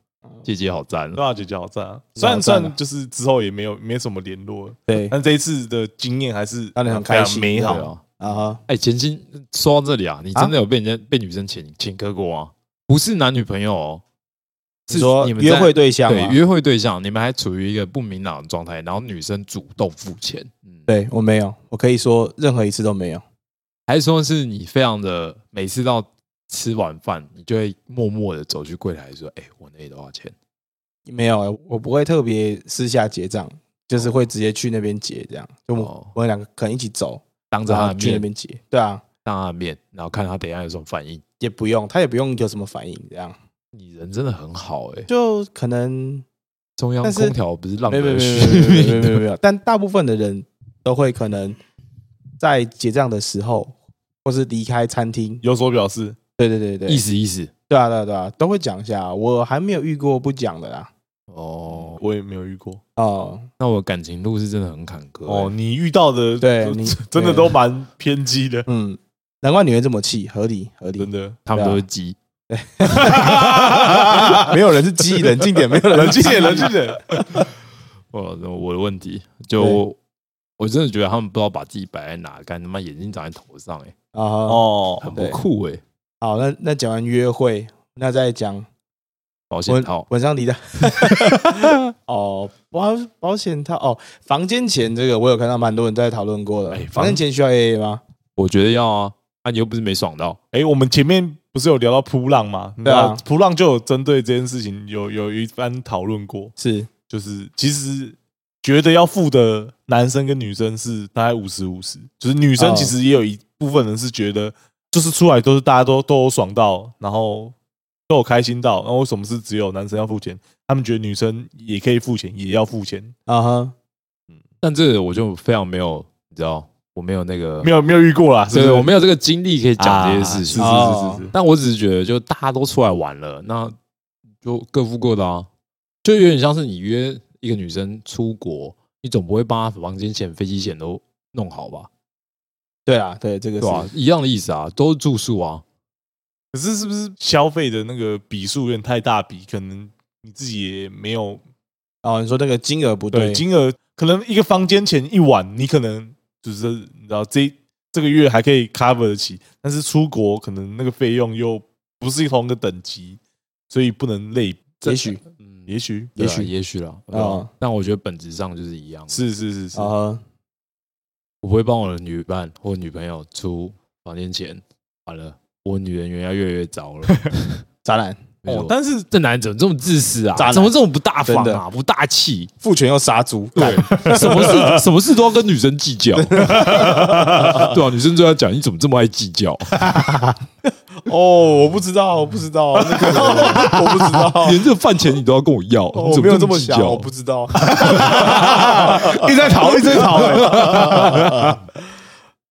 Speaker 3: 姐姐好赞
Speaker 2: 对
Speaker 3: 哦，
Speaker 2: 啊，姐姐好赞啊！虽然
Speaker 1: 好赞啊
Speaker 2: 算就是之后也没有没什么联络了，
Speaker 1: 对
Speaker 2: 但这一次的经验还是
Speaker 1: 让你很开心
Speaker 2: 非常美
Speaker 3: 对
Speaker 2: 好。
Speaker 3: 啊。
Speaker 1: 啊哈，
Speaker 3: 哎，前心说到这里啊，你真的有被人家被女生请请客过吗？不是男女朋友哦，
Speaker 1: 你说
Speaker 3: 你们
Speaker 1: 约
Speaker 3: 在
Speaker 1: 会对象
Speaker 3: 对
Speaker 1: 吗？
Speaker 3: 约会对象，你们还处于一个不明朗的状态，然后女生主动付钱，嗯，
Speaker 1: 对我没有，我可以说任何一次都没有。
Speaker 3: 还是说是你非常的每次到吃晚饭，你就会默默的走去柜台说：“哎、我那里多少钱
Speaker 1: 没有、欸，我不会特别私下结账，就是会直接去那边结，这样就我们、
Speaker 3: 哦
Speaker 1: 我们两个可能一起走，？”
Speaker 3: 当着
Speaker 1: 然
Speaker 3: 他
Speaker 1: 后
Speaker 3: 的
Speaker 1: 去那
Speaker 3: 面，
Speaker 1: 边结。对啊，
Speaker 3: 当他的面，然后看他等一下有什么反应。
Speaker 1: 也不用，他也不用有什么反应，这样
Speaker 3: 你人真的很好哎、
Speaker 1: 就可能
Speaker 3: 中央
Speaker 1: 但是
Speaker 3: 空调不是浪
Speaker 1: 没有没有没
Speaker 3: 得虚
Speaker 1: 有没有没有
Speaker 3: 名
Speaker 1: 没 有
Speaker 3: 的
Speaker 1: 没有，但大部分的人都会可能在结账的时候，或是离开餐厅，
Speaker 2: 有所表示，
Speaker 1: 对对对对，
Speaker 3: 意思意思
Speaker 1: 对啊对啊对啊，都会讲一下，我还没有遇过不讲的啦。
Speaker 3: 哦。
Speaker 2: 我也没有遇过。
Speaker 1: 哦，
Speaker 3: 那我感情路是真的很坎坷、
Speaker 2: 哦，
Speaker 3: 哦，
Speaker 2: 你遇到的
Speaker 1: 对
Speaker 2: 就
Speaker 1: 你
Speaker 2: 真的都蛮偏激的，
Speaker 1: 嗯，难怪你会这么气，合理合理
Speaker 2: 真，的。
Speaker 3: 他们都是鸡。
Speaker 1: 没有人是鸡，冷静点，没有人 啊
Speaker 2: 冷
Speaker 1: 是
Speaker 2: 静
Speaker 1: 鸡
Speaker 2: 点，冷静点。
Speaker 3: 我哦我的问题就
Speaker 1: 对
Speaker 3: 我我真的觉得他们不知道把自己摆在哪，干他妈眼睛长在头上哎、
Speaker 1: 啊哈。
Speaker 2: 哦，
Speaker 3: 很不
Speaker 1: 对
Speaker 3: 酷哎、
Speaker 1: 好，那那讲完约会，那再讲
Speaker 3: 保险
Speaker 1: 文
Speaker 3: 套
Speaker 1: 文章提的 哦，保保险套哦，房间钱这个我有看到蛮多人在讨论过的。
Speaker 3: 哎
Speaker 1: 房
Speaker 3: 房
Speaker 1: 间钱需要 AA 吗？
Speaker 3: 我觉得要啊，啊，你又不是没爽到，
Speaker 2: 哎，我们前面不是有聊到扑浪吗？
Speaker 1: 对啊
Speaker 2: 那扑浪就有针对这件事情有有一番讨论过，
Speaker 1: 是
Speaker 2: 就是其实觉得要付的男生跟女生是大概五十五十，就是女
Speaker 1: 哦
Speaker 3: 嗯
Speaker 2: 生其实也有一部分人是觉得，就是出来都是大家都都有爽到，然后都有开心到，那为什么是只有男生要付钱？他们觉得女生也可以付钱，也要付钱，
Speaker 1: 啊哈，
Speaker 3: 但这个我就非常没有，你知道，我没有那个，
Speaker 2: 没
Speaker 3: 有，
Speaker 2: 有没有遇过啦，是不
Speaker 3: 对
Speaker 2: 是？
Speaker 3: 我没有这个经历可以讲这些
Speaker 2: 啊
Speaker 3: 事情。
Speaker 1: 啊哦
Speaker 2: 是是是是是，
Speaker 3: 但我只是觉得，就大家都出来玩了，那就各付各的啊，就有点像是你约一个女生出国，你总不会帮她房间钱、飞机钱都弄好吧？
Speaker 1: 对啦，对这个
Speaker 3: 对
Speaker 1: 是、
Speaker 3: 吧、一样的意思啊，都是住宿啊。
Speaker 2: 可是是不是消费的那个笔数有点太大笔？可能你自己也没有
Speaker 1: 哦，你说那个金额不
Speaker 2: 对
Speaker 1: 对，
Speaker 2: 金额，可能一个房间钱一晚，你可能就是你知道这这个月还可以 cover 得起，但是出国可能那个费用又不是同一个等级，所以不能类比。
Speaker 1: 也许
Speaker 3: 嗯，
Speaker 2: 也许
Speaker 3: 对啊
Speaker 1: 也许
Speaker 3: 也许啦，对
Speaker 1: 哦
Speaker 3: 吧但我觉得本质上就是一样的。
Speaker 2: 是是是是
Speaker 1: 啊，哈
Speaker 3: 我不会帮我的女伴或女朋友出房间钱。完了，我女人缘要越来越糟了。
Speaker 1: 渣男
Speaker 3: 没错
Speaker 2: 哦，但是
Speaker 3: 这男人怎么这么自私啊
Speaker 1: 渣？男
Speaker 3: 怎么这么不大方
Speaker 1: 真
Speaker 3: 啊？不大气？
Speaker 1: 父权又杀猪，
Speaker 3: 对，什么事什么事都要跟女生计 较，对啊，女生就要讲你怎么这么爱计较，
Speaker 1: 哦，我不知道，我不知 道，那个我不知道。
Speaker 3: 连这饭钱你都要跟我要，
Speaker 1: 哦
Speaker 3: 你
Speaker 1: 我
Speaker 3: 怎
Speaker 1: 没有这
Speaker 3: 么
Speaker 1: 么
Speaker 3: 计
Speaker 1: 想，我
Speaker 3: 较？
Speaker 1: 不知 道， 一直在逃，一直在逃。哎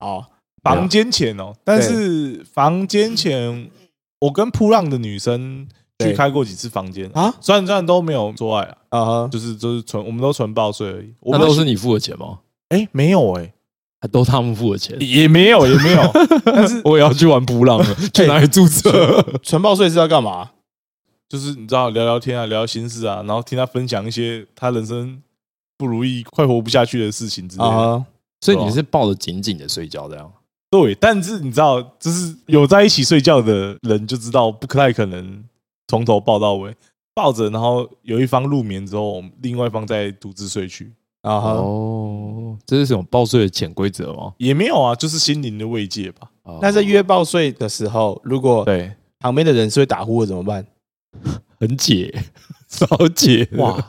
Speaker 1: 好，
Speaker 2: 房间钱哦，但是房间钱，我跟扑浪的女生
Speaker 1: 对
Speaker 2: 去开过几次房间
Speaker 1: 啊，
Speaker 2: 虽然虽然都没有做爱啊，
Speaker 1: 啊哈，
Speaker 2: 就是就是纯，我们都纯报税而已。我
Speaker 1: 啊
Speaker 3: 那
Speaker 2: 们
Speaker 3: 都是你付的钱吗？
Speaker 2: 哎、没有哎、
Speaker 3: 都他们付的钱，
Speaker 2: 也没有也 没有，但是
Speaker 3: 我也要去玩扑浪了，去哪里注册？
Speaker 1: 纯报税是要干嘛？
Speaker 2: 就是你知道聊聊天啊，聊聊心事啊，然后听他分享一些他人生不如意、快活不下去的事情之类
Speaker 1: 啊
Speaker 2: 的。
Speaker 1: 哈，
Speaker 3: 所以你是抱着紧紧的睡觉这样？
Speaker 2: 对，但是你知道，就是有在一起睡觉的人就知道，不太可能从头抱到尾，抱着，然后有一方入眠之后，我们另外一方再独自睡去，
Speaker 1: 啊哈，
Speaker 3: 哦，这是什么报税的潜规则吗？
Speaker 2: 也没有啊，就是心灵的慰藉吧。
Speaker 1: 哦那在约报睡的时候，如果
Speaker 3: 对
Speaker 1: 旁边的人是会打呼的怎么办？
Speaker 3: 很解， 超解
Speaker 2: 哇，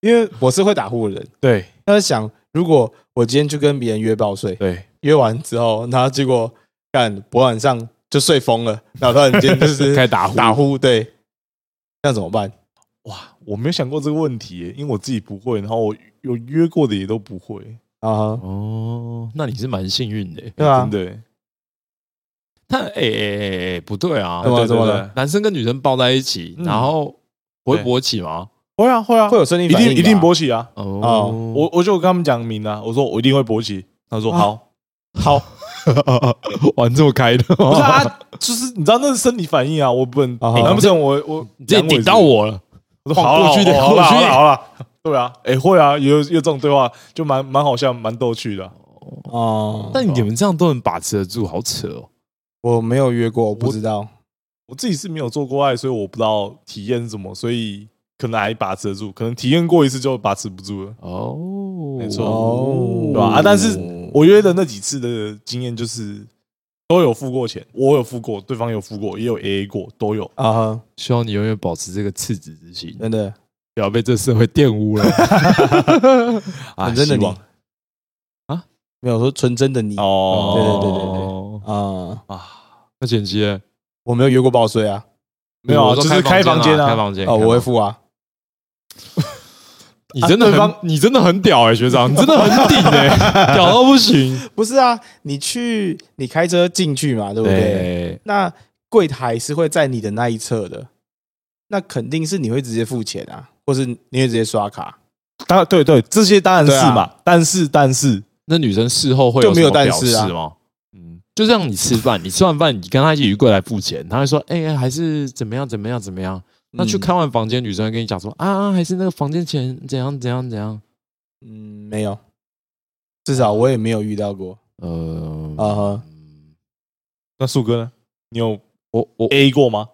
Speaker 1: 因为我是会打呼的人，
Speaker 2: 对
Speaker 1: 那在想，如果我今天去跟别人约报睡，
Speaker 2: 对，
Speaker 1: 约完之后，然后结果干我晚上就睡疯了，然后突然间就 是
Speaker 3: 开打呼
Speaker 1: 打呼，对，那怎么办？
Speaker 2: 哇，我没有想过这个问题耶，因为我自己不会，然后我有约过的也都不会，
Speaker 1: 啊哈，
Speaker 3: 哦，那你是蛮幸运的欸。
Speaker 1: 对啊
Speaker 2: 真，的耶。
Speaker 3: 但哎哎哎哎，不对啊
Speaker 1: 怎，么了
Speaker 2: 对
Speaker 1: 怎么？
Speaker 2: 对
Speaker 1: 了？
Speaker 2: 对
Speaker 3: 男生跟女生抱在一起，
Speaker 2: 嗯
Speaker 3: 然后会勃起吗？
Speaker 2: 会啊会啊，
Speaker 1: 会有生理
Speaker 2: 一
Speaker 1: 反应
Speaker 2: 定
Speaker 1: 吧，
Speaker 2: 一定勃起啊！
Speaker 3: 哦，
Speaker 2: 我我就跟他们讲明啊了，我说我一定会勃起，他说
Speaker 1: 啊
Speaker 2: 好，
Speaker 1: 好，
Speaker 3: 我玩这么开的
Speaker 2: 不
Speaker 3: 吗，
Speaker 2: 是啊，就是你知道那是生理反应啊，我不能，
Speaker 1: 哦啊哈
Speaker 2: 难不成我我
Speaker 3: 你直接顶到，我了。
Speaker 2: 我说好了
Speaker 3: 过去的
Speaker 2: 好了
Speaker 3: 过
Speaker 2: 好
Speaker 3: 去的
Speaker 2: 了好了，对啊，哎会啊，有有这种对话就蛮蛮好笑，蛮逗趣的啊。
Speaker 1: 哦，
Speaker 3: 但你们这样都能把持得住，好扯哦。
Speaker 1: 我没有约过，我不知道。
Speaker 2: 我自己是没有做过爱，所以我不知道体验是什么，所以可能还把持得住，可能体验过一次就把持不住了，
Speaker 3: 哦，
Speaker 2: 没错
Speaker 1: 哦
Speaker 2: 对吧？啊，但是我约的那几次的经验就是都有付过钱，我有付过，对方有付过，也有 A A 过，都有。
Speaker 1: 啊哈，
Speaker 3: 希望你永远保持这个赤子之心，
Speaker 1: 真的，
Speaker 3: 不要被这社会玷污了。啊
Speaker 1: 纯真的
Speaker 3: 希
Speaker 1: 你
Speaker 3: 望啊，
Speaker 1: 没有说纯真的你啊，
Speaker 2: 哦
Speaker 1: 对对对对
Speaker 3: 啊那前期呢
Speaker 1: 我没有约过报税啊，
Speaker 2: 没有啊
Speaker 3: 我说
Speaker 2: 就是
Speaker 3: 开
Speaker 2: 开房间啊
Speaker 3: 开房间
Speaker 1: 哦，我会。付啊，
Speaker 3: 你真的
Speaker 2: 啊对
Speaker 3: 很
Speaker 2: 方，
Speaker 3: 你真的很屌哎，学长，你真的很顶 哎，屌到不行。
Speaker 1: 不是啊，你去你开车进去嘛，对不对？
Speaker 3: 对，
Speaker 1: 那柜台是会在你的那一侧的，那肯定是你会直接付钱啊，或是你会直接刷卡，
Speaker 2: 当然，对对，这些当然是
Speaker 1: 对啊
Speaker 2: 嘛，但是但是，
Speaker 3: 那女生事后会有
Speaker 1: 就没有
Speaker 3: 什么
Speaker 1: 但
Speaker 3: 表
Speaker 1: 是啊
Speaker 3: 示吗？
Speaker 2: 嗯，
Speaker 3: 就像你吃饭，你吃完饭，你跟她一起去柜台付钱，她会说：“哎、还是怎么样，怎么样，怎么样。”那去
Speaker 2: 嗯
Speaker 3: 看完房间，女生会跟你讲说：“啊啊，还是那个房间钱怎样怎样怎样。
Speaker 1: 嗯，没有，至少我也没有遇到过”
Speaker 3: 呃，
Speaker 1: 啊哈。
Speaker 3: 嗯
Speaker 2: 那树哥呢？你有
Speaker 3: 我我
Speaker 2: A 过吗？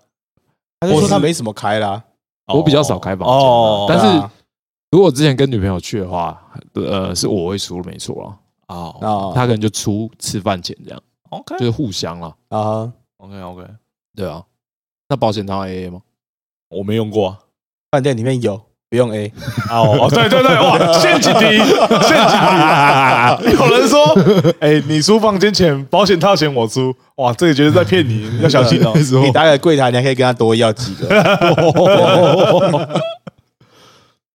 Speaker 1: 他就
Speaker 2: 我
Speaker 1: 说
Speaker 2: 是
Speaker 1: 他没什么开啦，
Speaker 3: 我比较少开房间啊
Speaker 2: 哦
Speaker 3: 但是
Speaker 1: 对啊
Speaker 3: 如果之前跟女朋友去的话，呃，是我会出没错啦，
Speaker 2: 哦
Speaker 1: 啊
Speaker 3: 她可能就出吃饭钱这样，
Speaker 2: ，OK
Speaker 3: 就是互相啦，
Speaker 1: 啊哈，
Speaker 2: OK OK，
Speaker 3: 对啊。那保险套 A A 吗？
Speaker 2: 我没用过啊。
Speaker 1: 饭店里面有，不用 A，
Speaker 2: 哦，对对对，哇，陷阱 题，陷阱题。有人 说，哎，你出房间钱，保险套钱我出，哇，这个绝对在骗 你，要小心哦。
Speaker 1: 呃你打给柜台，你还可以跟他多要几 个。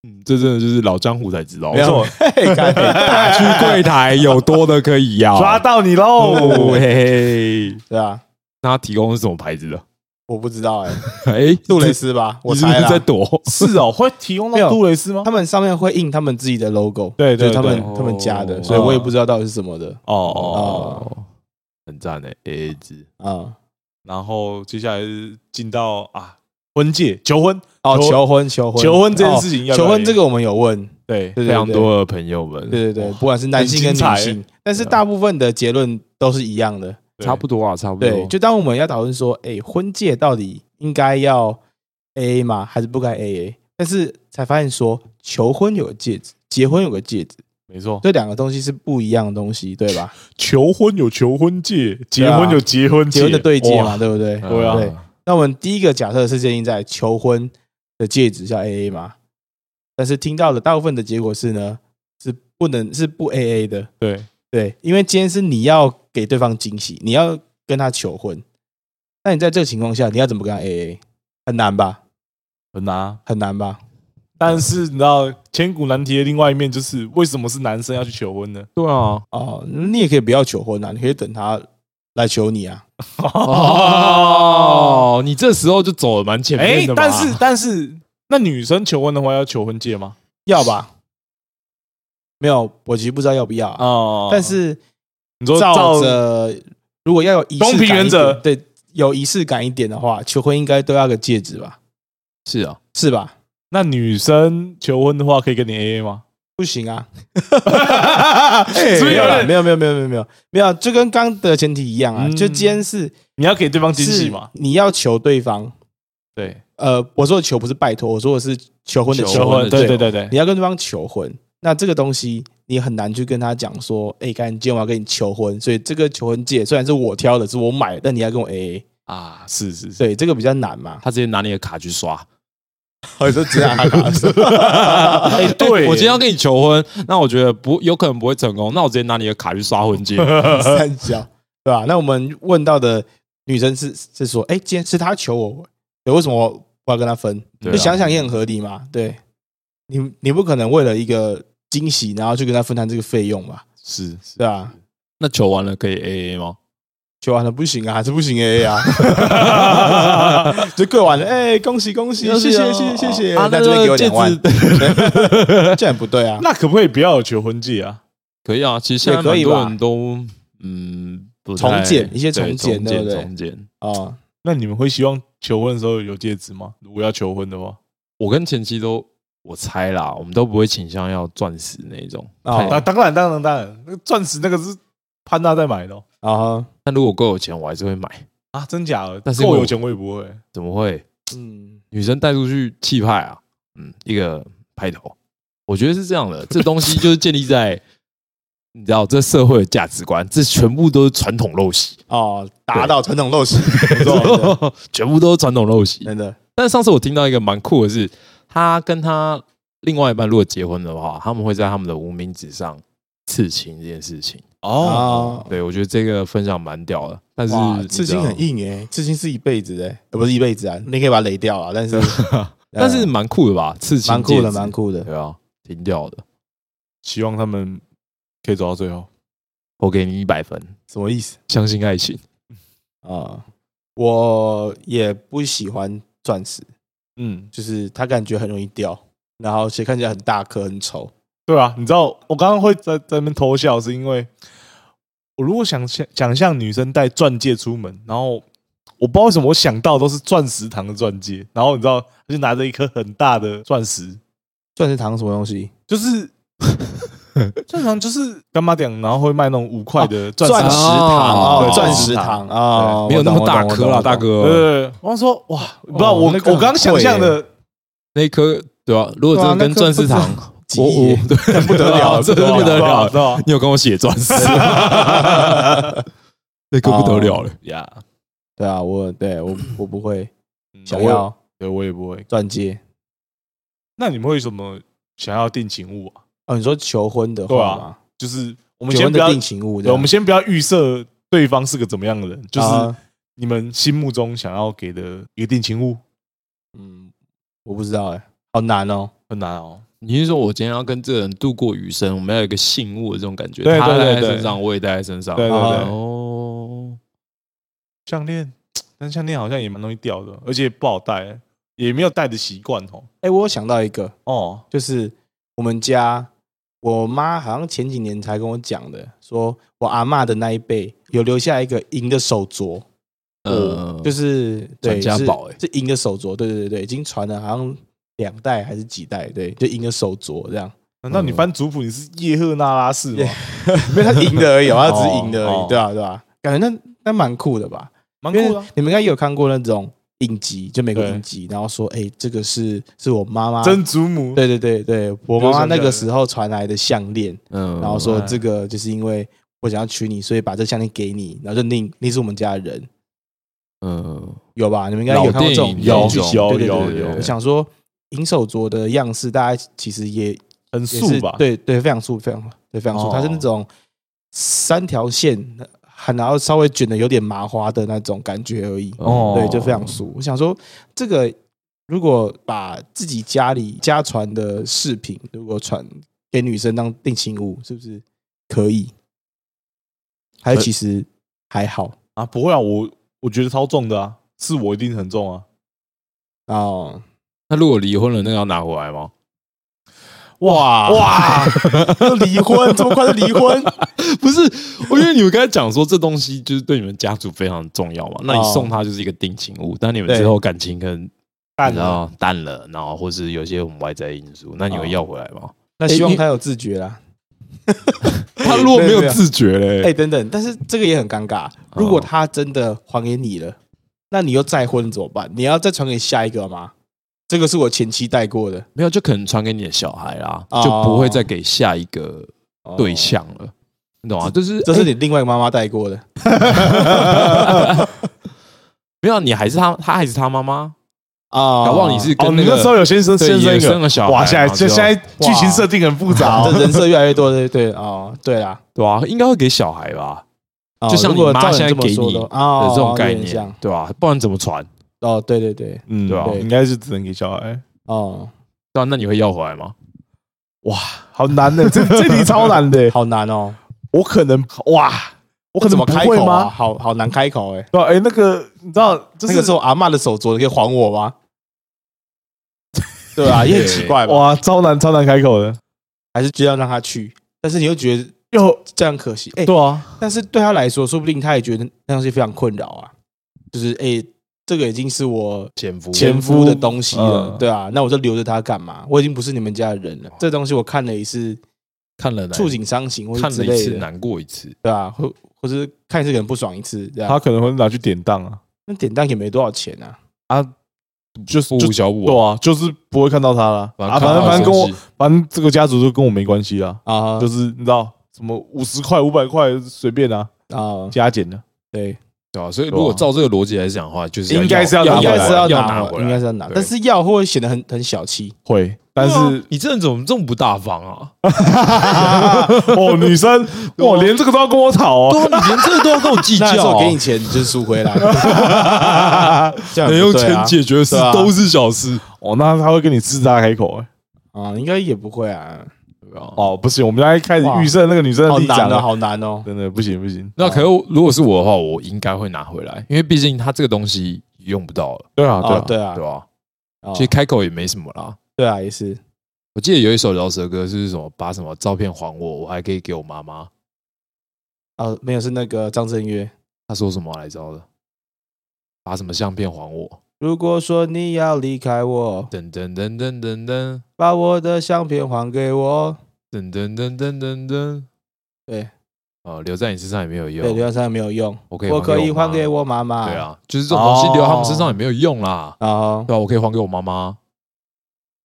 Speaker 3: 嗯，这真的就是老江湖才知道，
Speaker 1: 没有，嘿干
Speaker 3: 打去柜台有多的可以要
Speaker 2: 抓到你
Speaker 3: 哦
Speaker 2: 喽！
Speaker 3: 嘿嘿。
Speaker 1: 对啊，
Speaker 3: 那他提供的是什么牌 子的？
Speaker 1: 我不知道哎，
Speaker 3: 哎，
Speaker 1: 杜蕾斯吧，我
Speaker 3: 你是不
Speaker 1: 猜
Speaker 3: 是
Speaker 1: 啦
Speaker 3: 在。躲？
Speaker 2: 是哦，会提供
Speaker 1: 没
Speaker 2: 到
Speaker 1: 有
Speaker 2: 杜蕾斯吗
Speaker 1: 他？们上面会印他们自己的 logo，
Speaker 2: 对
Speaker 1: 就
Speaker 2: 对
Speaker 1: 是他们
Speaker 3: 对
Speaker 1: 他们家的，
Speaker 3: 哦
Speaker 1: 所以我也不知道到底是什么的
Speaker 2: 哦哦，
Speaker 1: 哦，
Speaker 3: 很赞的 A A 制，
Speaker 1: 啊。
Speaker 2: 然后接下来是进到啊婚戒、求婚，
Speaker 1: 哦，
Speaker 2: 求
Speaker 1: 求婚，求婚，
Speaker 2: 求婚这件事情要
Speaker 1: 哦
Speaker 2: 不要
Speaker 1: 求婚这个我们有问，
Speaker 2: 对
Speaker 1: 对
Speaker 3: 非常，多的朋友们，
Speaker 1: 对对对对对，不管是男性跟
Speaker 2: 哦很精彩啊
Speaker 1: 女性，但是大部分的结论都是一样的。
Speaker 2: 对
Speaker 3: 差不多啊，差不
Speaker 1: 对，
Speaker 3: 多。
Speaker 1: 就当我们要讨论说，哎，婚戒到底应该要 A A 吗，还是不该 A A？但是才发现说，求婚有个戒指，结婚有个戒指，
Speaker 2: 没错。
Speaker 1: 这两个东西是不一样的东西，对 吧？
Speaker 2: 求婚有求婚戒，
Speaker 1: 对
Speaker 2: 结
Speaker 1: 啊
Speaker 2: 婚有结婚戒
Speaker 1: 结婚的对戒
Speaker 2: 哇
Speaker 1: 嘛，对不
Speaker 3: 嗯
Speaker 1: 对？
Speaker 2: 对啊
Speaker 1: 对，那我们第一个假设是建议在求婚的戒指叫 A A 嘛，但是听到的大部分的结果是呢，是不能是不 A A 的，
Speaker 2: 对，
Speaker 1: 对，因为今天是你要给对方惊喜，你要跟他求婚，那你在这个情况下，你要怎么跟他 A A？很难吧？
Speaker 2: 很难啊。
Speaker 1: 很难吧？
Speaker 2: 但是你知道千古难题的另外一面就是，为什么是男生要去求婚呢？
Speaker 3: 对啊，
Speaker 1: 哦，你也可以不要求婚啊，你可以等他来求你啊。
Speaker 3: 哦，你这时候就走的蛮前
Speaker 2: 哎
Speaker 3: 面的，嘛。
Speaker 2: 但是但是， 那女生求婚的话要求婚戒吗？
Speaker 1: 要吧？没有，我其实不知道要不要啊。
Speaker 2: 哦
Speaker 1: 但是
Speaker 2: 你说
Speaker 1: 照着，如果要有仪式感
Speaker 2: 公平原则
Speaker 1: 一点对，有仪式感一点的话，求婚应该都要个戒指吧？
Speaker 3: 是啊，
Speaker 1: 是吧？
Speaker 2: 那女生求婚的话，可以跟你 A A 吗？
Speaker 1: 不行啊，
Speaker 2: 啊
Speaker 1: 哎
Speaker 2: 所以
Speaker 1: 没有
Speaker 2: 有
Speaker 1: 啦
Speaker 2: 点
Speaker 1: 没有没有没有没有没有没有，就跟刚的前提一样啊，
Speaker 2: 嗯
Speaker 1: 就今天是
Speaker 2: 你要给对方惊喜
Speaker 1: 是
Speaker 2: 嘛？
Speaker 1: 你要求对方，
Speaker 3: 对，
Speaker 1: 呃，我说的求不是拜托，我说我是求婚的
Speaker 3: 求
Speaker 1: 求
Speaker 2: 求
Speaker 3: 婚
Speaker 2: 婚，
Speaker 3: 对
Speaker 2: 对对对对，
Speaker 1: 你要跟对方求婚，那这个东西你很难去跟他讲说，哎，干，今天我要跟你求婚，所以这个求婚戒虽然是我挑的，是我买的，但你要跟我哎 AA，
Speaker 3: 啊，
Speaker 2: 是是是，
Speaker 1: 对，这个比较难嘛。
Speaker 3: 他直接拿你的卡去刷。
Speaker 1: 我哦说直男，
Speaker 3: 哎
Speaker 2: 对
Speaker 3: 我今天要跟你求婚，那我觉得不有可能不会成功，那我直接拿你的卡去刷 婚戒。
Speaker 1: 哦三角，对吧、那我们问到的女生是是说，哎、今天是她求我，对，为什么我我要跟她分？
Speaker 3: 对啊
Speaker 1: 就想想也很合理嘛，对，你你不可能为了一个惊喜，然后去跟她分摊这个费用嘛，
Speaker 2: 是是
Speaker 1: 对吧、
Speaker 3: 那求完了可以 A A 吗？
Speaker 1: 求完了不行啊，还是不行 A A 啊，就跪完了，哎、恭喜恭
Speaker 3: 哦
Speaker 1: 喜，谢谢谢谢谢谢，
Speaker 3: 啊，
Speaker 1: 那
Speaker 3: 那
Speaker 1: 这边给我
Speaker 3: 个戒
Speaker 1: 两 万，
Speaker 3: 指
Speaker 1: 这样不对啊，
Speaker 2: 那可不可以不要有求婚戒啊？
Speaker 3: 可以啊，其实现在
Speaker 1: 也可以吧
Speaker 3: 蛮多人都嗯不太
Speaker 1: 重建一些
Speaker 3: 对
Speaker 1: 重
Speaker 3: 重
Speaker 1: 建对不对
Speaker 3: 重建。
Speaker 1: 哦，
Speaker 2: 那你们会希望求婚的时候有戒指吗？如果要求婚的话，
Speaker 3: 我跟前妻都我猜啦，我们都不会倾向要钻石那一种。
Speaker 1: 哦
Speaker 3: 太
Speaker 2: 啊，当然当然当然，那个钻石那个是潘娜在买的哦
Speaker 1: 然后
Speaker 3: 但如果够有钱，我还是会买。
Speaker 2: 啊，真假的？
Speaker 3: 但是因为
Speaker 2: 够有
Speaker 3: 我
Speaker 2: 钱我也不会。
Speaker 3: 怎么会？
Speaker 1: 嗯，
Speaker 3: 女生带出去气派啊，嗯，一个派头，我觉得是 这样的。这东西就是建立在 你知道这社会的价值观，这全部都是传统陋习，
Speaker 2: 啊
Speaker 1: 哦，达到传统陋 习，不错不错
Speaker 3: 全部都是传统陋习。
Speaker 1: 真的，
Speaker 3: 但上次我听到一个蛮酷的是，他跟他另外一半如果结婚的话，他们会在他们的无名指上刺青这件事情。
Speaker 1: 哦
Speaker 3: 对我觉得这个分享蛮屌的，但是
Speaker 1: 哇，
Speaker 3: 你
Speaker 1: 刺
Speaker 3: 知
Speaker 1: 青
Speaker 3: 道
Speaker 1: 很硬诶、刺青是一辈子的、欸，呃，不是一辈子啊，你可以把它雷掉啊， 但是
Speaker 3: 但是
Speaker 1: 呃
Speaker 3: 蛮酷的吧？刺青
Speaker 1: 蛮酷
Speaker 3: 戒
Speaker 1: 的，
Speaker 3: 指
Speaker 1: 蛮酷的。
Speaker 3: 对啊，挺屌的。
Speaker 2: 希望他们可以走到最后。
Speaker 3: 我给你一百分，
Speaker 1: 什么意思
Speaker 3: 相信爱情。
Speaker 1: 啊、我也不喜欢钻石，
Speaker 2: 嗯，
Speaker 1: 就是它感觉很容易掉，然后且看起来很大颗，很丑。
Speaker 2: 对啊，你知道我刚刚会在在那边偷笑，是因为我如果想象想象女生带钻戒出门，然后我不知道为什么我想到都是钻石堂的钻戒，然后你知道她就拿着一颗很大的钻石，
Speaker 1: 钻石糖是什么东西？
Speaker 2: 就是 钻石糖就是干妈店，然后会卖那种五块的钻
Speaker 1: 钻石
Speaker 2: 石。
Speaker 1: 糖
Speaker 3: 哦
Speaker 1: 哦，钻
Speaker 2: 钻石
Speaker 1: 石糖
Speaker 2: 糖
Speaker 1: 哦，
Speaker 3: 没有那么
Speaker 1: 我懂
Speaker 3: 大颗啦，大。
Speaker 2: 呃，
Speaker 3: 哥，
Speaker 2: 对我刚说哇，不知道
Speaker 1: 哦
Speaker 2: 我
Speaker 1: 那个很
Speaker 2: 我刚想象的
Speaker 3: 那一颗对啊吧？如果真的跟钻
Speaker 1: 对
Speaker 3: 石 糖，
Speaker 1: 几
Speaker 3: 我
Speaker 1: 亿
Speaker 3: 我对
Speaker 1: 哦 不得了哦
Speaker 3: 这
Speaker 1: 不
Speaker 3: 不
Speaker 1: 得
Speaker 3: 得
Speaker 2: 了
Speaker 3: 了
Speaker 2: 知道，
Speaker 3: 你有跟我写钻石， 那颗不得了了。
Speaker 2: 呀，
Speaker 1: 对啊，我对我我不会
Speaker 2: 嗯
Speaker 1: 想，要
Speaker 2: 对我也不会。
Speaker 1: 钻戒。
Speaker 2: 那你们会有什么想要定情物啊？
Speaker 1: 哦，你说求婚的
Speaker 2: 对
Speaker 1: 话
Speaker 2: 啊
Speaker 1: 吗？
Speaker 2: 就是我
Speaker 1: 我
Speaker 2: 们先不要
Speaker 1: 定情物这
Speaker 2: 对，
Speaker 1: 样，
Speaker 2: 我们先不要预设对方是个怎么样的人，就是
Speaker 1: 啊
Speaker 2: 你们心目中想要给的一个定情物
Speaker 1: 嗯，我不知道哎、好难哦。
Speaker 2: 很难哦。
Speaker 3: 你是说我今天要跟这个人度过余生，我们要有一个信物的这种感觉？
Speaker 2: 对对
Speaker 3: 他带在
Speaker 2: 对对
Speaker 3: 身上，我也带在身上。
Speaker 2: 对对
Speaker 1: 对
Speaker 3: 哦，
Speaker 2: 项链，但项链好像也蛮容易掉的，而且不好戴，也没有戴的习惯哦。
Speaker 1: 哎、我有想到一个，
Speaker 2: 哦，
Speaker 1: 就是我们家我妈好像前几年才跟我讲的，说我阿嬷的那一辈有留下一个银的手镯，
Speaker 3: 呃，
Speaker 1: 就是是对，
Speaker 3: 传家
Speaker 1: 是
Speaker 3: 宝欸
Speaker 1: 是银的手镯，对对对对，已经传了好像两代还是几代，对，就银的手镯这样，
Speaker 2: 难道你翻族谱你是叶赫那拉氏吗？
Speaker 1: 嗯没有它银的而 已哦，它只是银的而
Speaker 2: 哦
Speaker 1: 已，对啊对啊，感觉那那蛮酷的吧？
Speaker 2: 蛮
Speaker 1: 因
Speaker 2: 酷
Speaker 1: 为
Speaker 2: 的啊
Speaker 1: 你们应该也有看过那种影集，就美国
Speaker 2: 对
Speaker 1: 影集，然后说，哎，这个是是我妈妈
Speaker 2: 啊，曾祖母。
Speaker 1: 对对对对，我妈妈那个时候传来的项链，
Speaker 3: 嗯
Speaker 1: 然后说
Speaker 2: 哎
Speaker 1: 这个就是因为我想要娶你，所以把这项链给你，然后就你你是我们家的人，
Speaker 3: 嗯，
Speaker 1: 有吧？你们应该有看过这种
Speaker 2: 有
Speaker 1: 这种
Speaker 2: 有
Speaker 1: 对对
Speaker 2: 有
Speaker 1: 对对
Speaker 2: 有
Speaker 1: 我想说银手镯的样式，大家其实也
Speaker 2: 很
Speaker 1: 也
Speaker 2: 素
Speaker 1: 是
Speaker 2: 吧？，
Speaker 1: 对对，非常素，非常对非常素，
Speaker 2: 哦
Speaker 1: 它是那种三条线，还然后稍微卷的有点麻花的那种感觉而已。
Speaker 2: 哦
Speaker 1: 对，就非
Speaker 3: 嗯
Speaker 1: 常熟。我想说，这个如果把自己家里家传的饰品，如果传给女生当定情物，是不是可以？还有，
Speaker 2: 可
Speaker 1: 其实还好
Speaker 2: 啊，不会啊，我我觉得超重的啊，是我一定很重啊。
Speaker 1: 哦。
Speaker 3: 那如果离婚了，那个要拿回来吗？
Speaker 2: 哇哇，
Speaker 1: 要离婚，这么快就离 婚？
Speaker 3: 不是，我因为你们刚才讲说这东西就是对你们家族非常重要嘛，那你送它就是一个定情物，但你们之后感情可能
Speaker 2: 干
Speaker 3: 然后淡了，然后或是有些很外在因素，那你会要回来吗？
Speaker 1: 那希望他有自觉啦。
Speaker 3: 他如果没
Speaker 1: 没有
Speaker 3: 有自哦觉嘞，
Speaker 1: 哎，等等，但是这个也很尴尬。如果他真的还给你了，那你又再婚怎么办？你要再传给下一个吗？这个是我前妻带过的
Speaker 3: 没有，就可能传给你的小孩啦，
Speaker 1: 哦
Speaker 3: 就不会再给下一个对，象了，你懂吗？就是
Speaker 1: 这是
Speaker 3: 哎
Speaker 1: 你 另外一个妈妈带过的。
Speaker 3: 没有，你还是他，他还是他妈妈，
Speaker 1: 啊
Speaker 3: 搞不好你是
Speaker 2: 哦，
Speaker 3: 跟
Speaker 2: 你
Speaker 3: 那
Speaker 2: 那时
Speaker 3: 个
Speaker 2: 候有先生
Speaker 3: 对
Speaker 2: 先生一
Speaker 3: 也生了小孩
Speaker 2: 哇，现在
Speaker 3: 然后
Speaker 2: 这
Speaker 3: 就
Speaker 2: 现在剧情设定很复杂哦
Speaker 1: 这，人设越来越多，对对哦，对啦，
Speaker 3: 对吧？应该会给小孩吧
Speaker 1: 哦
Speaker 3: 就像你
Speaker 1: 如果
Speaker 3: 妈
Speaker 1: 照
Speaker 3: 现在
Speaker 1: 这么
Speaker 3: 给
Speaker 1: 说
Speaker 3: 你
Speaker 1: 的话哦
Speaker 3: 的这种概
Speaker 1: 有点像
Speaker 3: 念，对吧？不然怎么传？
Speaker 1: 哦，对对对，
Speaker 2: 嗯，
Speaker 3: 对啊
Speaker 2: 应该是只能给小孩。
Speaker 1: 哦，。
Speaker 3: 对啊，那你会要回来吗？
Speaker 2: 好难的，这这题超难 的
Speaker 1: 好难哦，
Speaker 2: 我可能哇，我可
Speaker 1: 这怎
Speaker 2: 能
Speaker 1: 么
Speaker 2: 不
Speaker 1: 开
Speaker 2: 会
Speaker 1: 口啊？
Speaker 2: 吗？
Speaker 1: 好好难开口哎，
Speaker 2: 对啊，哎，那个你知道，就
Speaker 1: 那
Speaker 2: 是
Speaker 1: 个时候阿嬷的手镯你可以还我吗？对啊，也很奇怪吧？
Speaker 2: 哇，超难超难开口的。
Speaker 1: 还是就要让他去，但是你又觉得
Speaker 2: 又
Speaker 1: 这样可惜，哎，
Speaker 2: 对啊，
Speaker 1: 但是对他来说，说不定他也觉得那样是非常困扰啊，就是哎，这个已经是我
Speaker 3: 前夫
Speaker 1: 前夫的东西了，
Speaker 2: 嗯
Speaker 1: 对啊，那我就留着它干嘛？我已经不是你们家的人了，这东西我看了一次，
Speaker 3: 看了哪
Speaker 1: 触景伤情或者
Speaker 3: 看
Speaker 1: 之
Speaker 3: 了一
Speaker 1: 类
Speaker 3: 次
Speaker 1: 的，
Speaker 3: 难过一次，
Speaker 1: 对啊，或或是看一次可能不爽一次，对啊
Speaker 2: 他，可能会拿去典当啊，
Speaker 1: 那典当也没多少钱啊，
Speaker 2: 就是
Speaker 3: 不
Speaker 2: 就
Speaker 3: 无小补
Speaker 2: 对啊，就是不会看到他了啊。反
Speaker 3: 哦看
Speaker 2: 正
Speaker 3: 到
Speaker 2: 反正跟我
Speaker 3: 生气
Speaker 2: 反正这个家族就跟我没关系啦，
Speaker 1: 啊
Speaker 2: 就是你知道什么五十块五百块随便啊，
Speaker 1: 啊，
Speaker 2: 加减的。
Speaker 1: 对，
Speaker 3: 对啊，所以如果
Speaker 2: 对啊
Speaker 3: 照这个逻辑来讲的话，就是要
Speaker 2: 应该是要拿
Speaker 3: 要
Speaker 1: 应该是
Speaker 3: 要
Speaker 1: 要拿
Speaker 3: 拿
Speaker 1: 回
Speaker 3: 回
Speaker 1: 来，
Speaker 3: 来，
Speaker 1: 应该是要拿，
Speaker 3: 对啊
Speaker 1: 但是要会显得很很小气，
Speaker 2: 会，但
Speaker 3: 对
Speaker 2: 是
Speaker 3: 啊你这人怎么这么不大方啊？
Speaker 2: 哦，女 生哇，连这个都要跟我吵
Speaker 3: 对
Speaker 2: 哦，
Speaker 3: 啊，你连这个都要跟我计较
Speaker 1: 那时
Speaker 3: 啊
Speaker 1: 候给你钱你就赎回 来，这样
Speaker 3: 能
Speaker 1: 也
Speaker 3: 用
Speaker 1: 不对啊
Speaker 3: 钱解决的事
Speaker 1: 对啊
Speaker 3: 都是小事，
Speaker 2: 哦，那他会跟你自大开口哎。
Speaker 1: 啊，应该也不会啊，
Speaker 3: 对吧？
Speaker 2: 哦，不行，我们现在开始预设那个女生的
Speaker 1: 好
Speaker 2: 立
Speaker 1: 难
Speaker 2: 场
Speaker 1: 哦，
Speaker 2: 了，
Speaker 1: 好难哦，
Speaker 2: 真的不行不行。
Speaker 3: 那可是如果是我的话，我应该会拿回来，因为毕竟它这个东西用不到了，
Speaker 2: 对啊
Speaker 1: 哦对啊
Speaker 3: 对，吧？
Speaker 1: 哦
Speaker 3: 其实开口也没什么啦。
Speaker 1: 对啊，也是
Speaker 3: 我记得有一首饶舌歌是什么，把什么照片还我，我还可以给我妈妈。
Speaker 1: 啊，没有是那个张震岳。
Speaker 3: 他说什么来着的？把什么相片还我？
Speaker 1: 如果说你要离开我，
Speaker 3: 噔噔噔噔噔噔
Speaker 1: 把我的相片还给我。
Speaker 3: 噔噔噔噔噔噔。
Speaker 1: 对，
Speaker 3: 哦，留在你身上也没有
Speaker 1: 对，
Speaker 3: 用。
Speaker 1: 留在身上没有用，
Speaker 3: 我可以
Speaker 1: 我可以还
Speaker 3: 还
Speaker 1: 给
Speaker 3: 给
Speaker 1: 我妈妈。
Speaker 3: 对，啊，就是这种东西
Speaker 2: 哦
Speaker 3: 留在他们身上也没有用啦。
Speaker 1: 然后
Speaker 3: 对啊，我可以还给我妈妈，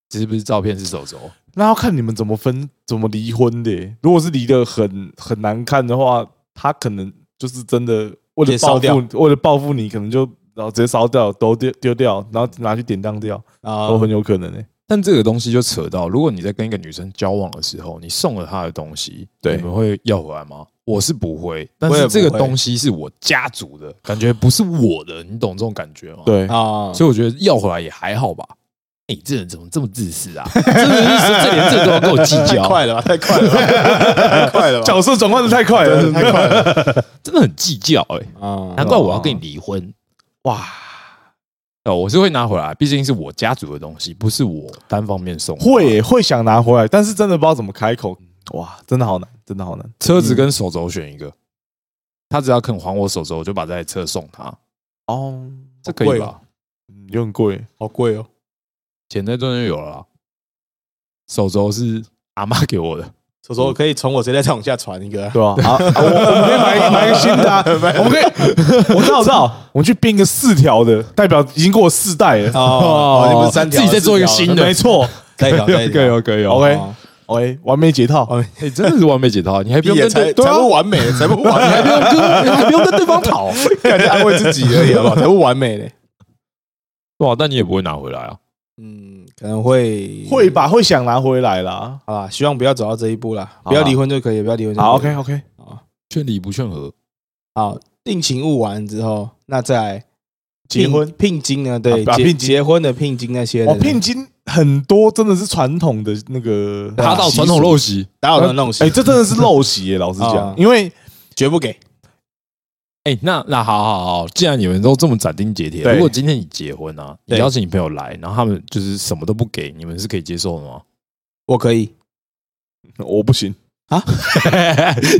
Speaker 3: 只是不是照片是手镯。
Speaker 2: 那要看你们怎么分、怎么离婚的欸。如果是离得很很难看的话，他可能就是真的为
Speaker 1: 直接
Speaker 2: 了
Speaker 1: 烧
Speaker 2: 报
Speaker 1: 掉
Speaker 2: 复，为了报复你，可能就然后直接烧掉、都丢丢掉，然后拿去典当掉，
Speaker 1: 啊
Speaker 2: 都很有可能诶。欸
Speaker 3: 但这个东西就扯到，如果你在跟一个女生交往的时候，你送了她的东西，
Speaker 2: 对
Speaker 3: 你们会要回来吗？我是不会，但
Speaker 1: 我也
Speaker 3: 是
Speaker 1: 不会
Speaker 3: 这个东西是我家族的感觉，不是我的，你懂这种感觉吗？，
Speaker 2: 对，
Speaker 1: 啊，
Speaker 3: 所以我觉得要回来也还好吧。你、哎这人怎么这么自私 啊？真的是这连这都要跟我计
Speaker 1: 太
Speaker 3: 较，
Speaker 1: 快 了吧，太快了吧，太快了吧，
Speaker 2: 角色转换的太快
Speaker 1: 真的
Speaker 2: 了，
Speaker 1: 太快了
Speaker 3: 真的很计较哎、
Speaker 1: 啊
Speaker 3: 难怪我要跟你离婚
Speaker 2: 哇！
Speaker 3: 哦！我是会拿回来，毕竟是我家族的东西，不是我单方面送。
Speaker 2: 会欸会想拿回来，但是真的不知道怎么开口。哇，真的好难，真的好难。
Speaker 3: 车子跟手镯选一个，他只要肯还我手镯，我就把这台车送他，
Speaker 2: 哦，
Speaker 3: 这可以
Speaker 1: 好贵
Speaker 3: 吧
Speaker 1: 哦？
Speaker 2: 嗯有点贵。
Speaker 1: 好贵哦。
Speaker 3: 钱在赚就有了啦。手镯是阿妈给我 的，
Speaker 1: 所以说我可以从我直接再往下传一个啊，
Speaker 2: 对吧？ 啊，我我们可以买一 买一个新的啊，我们可以，我知道，我知道，我们去编个四条的，代表已经过了四代了。
Speaker 1: 哦你不是三条
Speaker 3: 自己再做一个
Speaker 1: 四条
Speaker 3: 新的，
Speaker 2: 没错
Speaker 1: 再一条，再一条，
Speaker 3: 可以
Speaker 2: ，OK OK，完美解套。
Speaker 3: 哎，真的是完美解套，你还不
Speaker 1: 你
Speaker 3: 用
Speaker 1: 哦也
Speaker 3: 跟
Speaker 1: 才才
Speaker 3: 对对啊
Speaker 1: 不完美，才不完
Speaker 3: 你还
Speaker 1: 美，
Speaker 3: 不用 跟你还不用跟对方讨，
Speaker 1: 感觉安慰自己而已，好不好？才不完美嘞。
Speaker 3: 哇，但你也不会拿回来啊。
Speaker 1: 嗯，可能会
Speaker 2: 会？吧，会想拿回来啦。
Speaker 1: 好啦，希望不要走到这一步啦，
Speaker 2: 啊
Speaker 1: 不要离婚就可以，不要离婚就可以。
Speaker 2: 好，OK OK，
Speaker 3: 劝离不劝和，
Speaker 1: 好，定情物完之后，那再来
Speaker 2: 结
Speaker 1: 聘
Speaker 2: 婚
Speaker 1: 聘金呢？对，
Speaker 2: 啊
Speaker 1: 结
Speaker 2: 聘金
Speaker 1: 结婚的聘金那些的
Speaker 2: 哦，聘金很多真的是传统的那个
Speaker 1: 打倒
Speaker 2: 习俗
Speaker 3: 陋习。
Speaker 1: 打扰人弄死
Speaker 2: 哎，，这真的是陋习耶，老实
Speaker 1: 啊
Speaker 2: 讲，因为
Speaker 1: 绝不给。
Speaker 3: 哎，那那好好好，既然你们都这么斩钉截铁，
Speaker 2: 对
Speaker 3: 如果今天你结婚啊，你
Speaker 1: 对
Speaker 3: 邀请你朋友来，然后他们就是什么都不给，你们是可以接受的吗？
Speaker 1: 我可以，
Speaker 2: 我不行，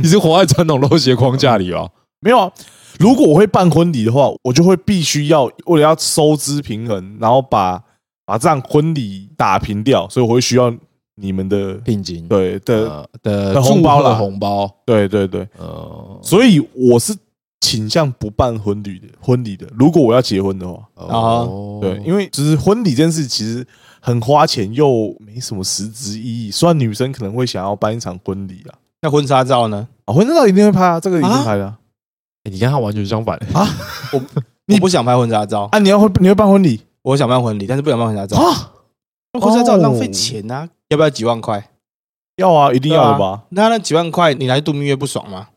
Speaker 3: 你是活在传统陋习的框架里 哦。
Speaker 2: 没有啊。如果我会办婚礼的话，我就会必须要为了要收支平衡，然后把把这样婚礼打平掉，所以我会需要你们的
Speaker 3: 聘金
Speaker 2: 对的，
Speaker 3: 呃的
Speaker 2: 的红包
Speaker 3: 祝贺
Speaker 2: 啦
Speaker 3: 红包，
Speaker 2: 对对对，
Speaker 3: 呃
Speaker 2: 所以我是倾向不办婚礼的，婚礼的。如果我要结婚的话，
Speaker 1: 啊
Speaker 2: 对，因为就是婚礼这件事其实很花钱又没什么实质意义。虽然女生可能会想要办一场婚礼啊，
Speaker 1: 那婚纱照呢？
Speaker 2: 啊，婚纱照一定会拍啊，这个一定拍的啊。
Speaker 3: 诶你跟他完全相反，
Speaker 1: 我不想拍婚纱照，
Speaker 2: 啊你要会你会办婚礼
Speaker 1: 我想办婚礼，但是不想办婚纱照。
Speaker 2: 啊？
Speaker 1: 那婚纱照浪费钱啊，要不要几万块？
Speaker 2: 要啊，一定要的
Speaker 1: 对
Speaker 2: 吧？
Speaker 1: 那那几万块你来度蜜月不爽吗？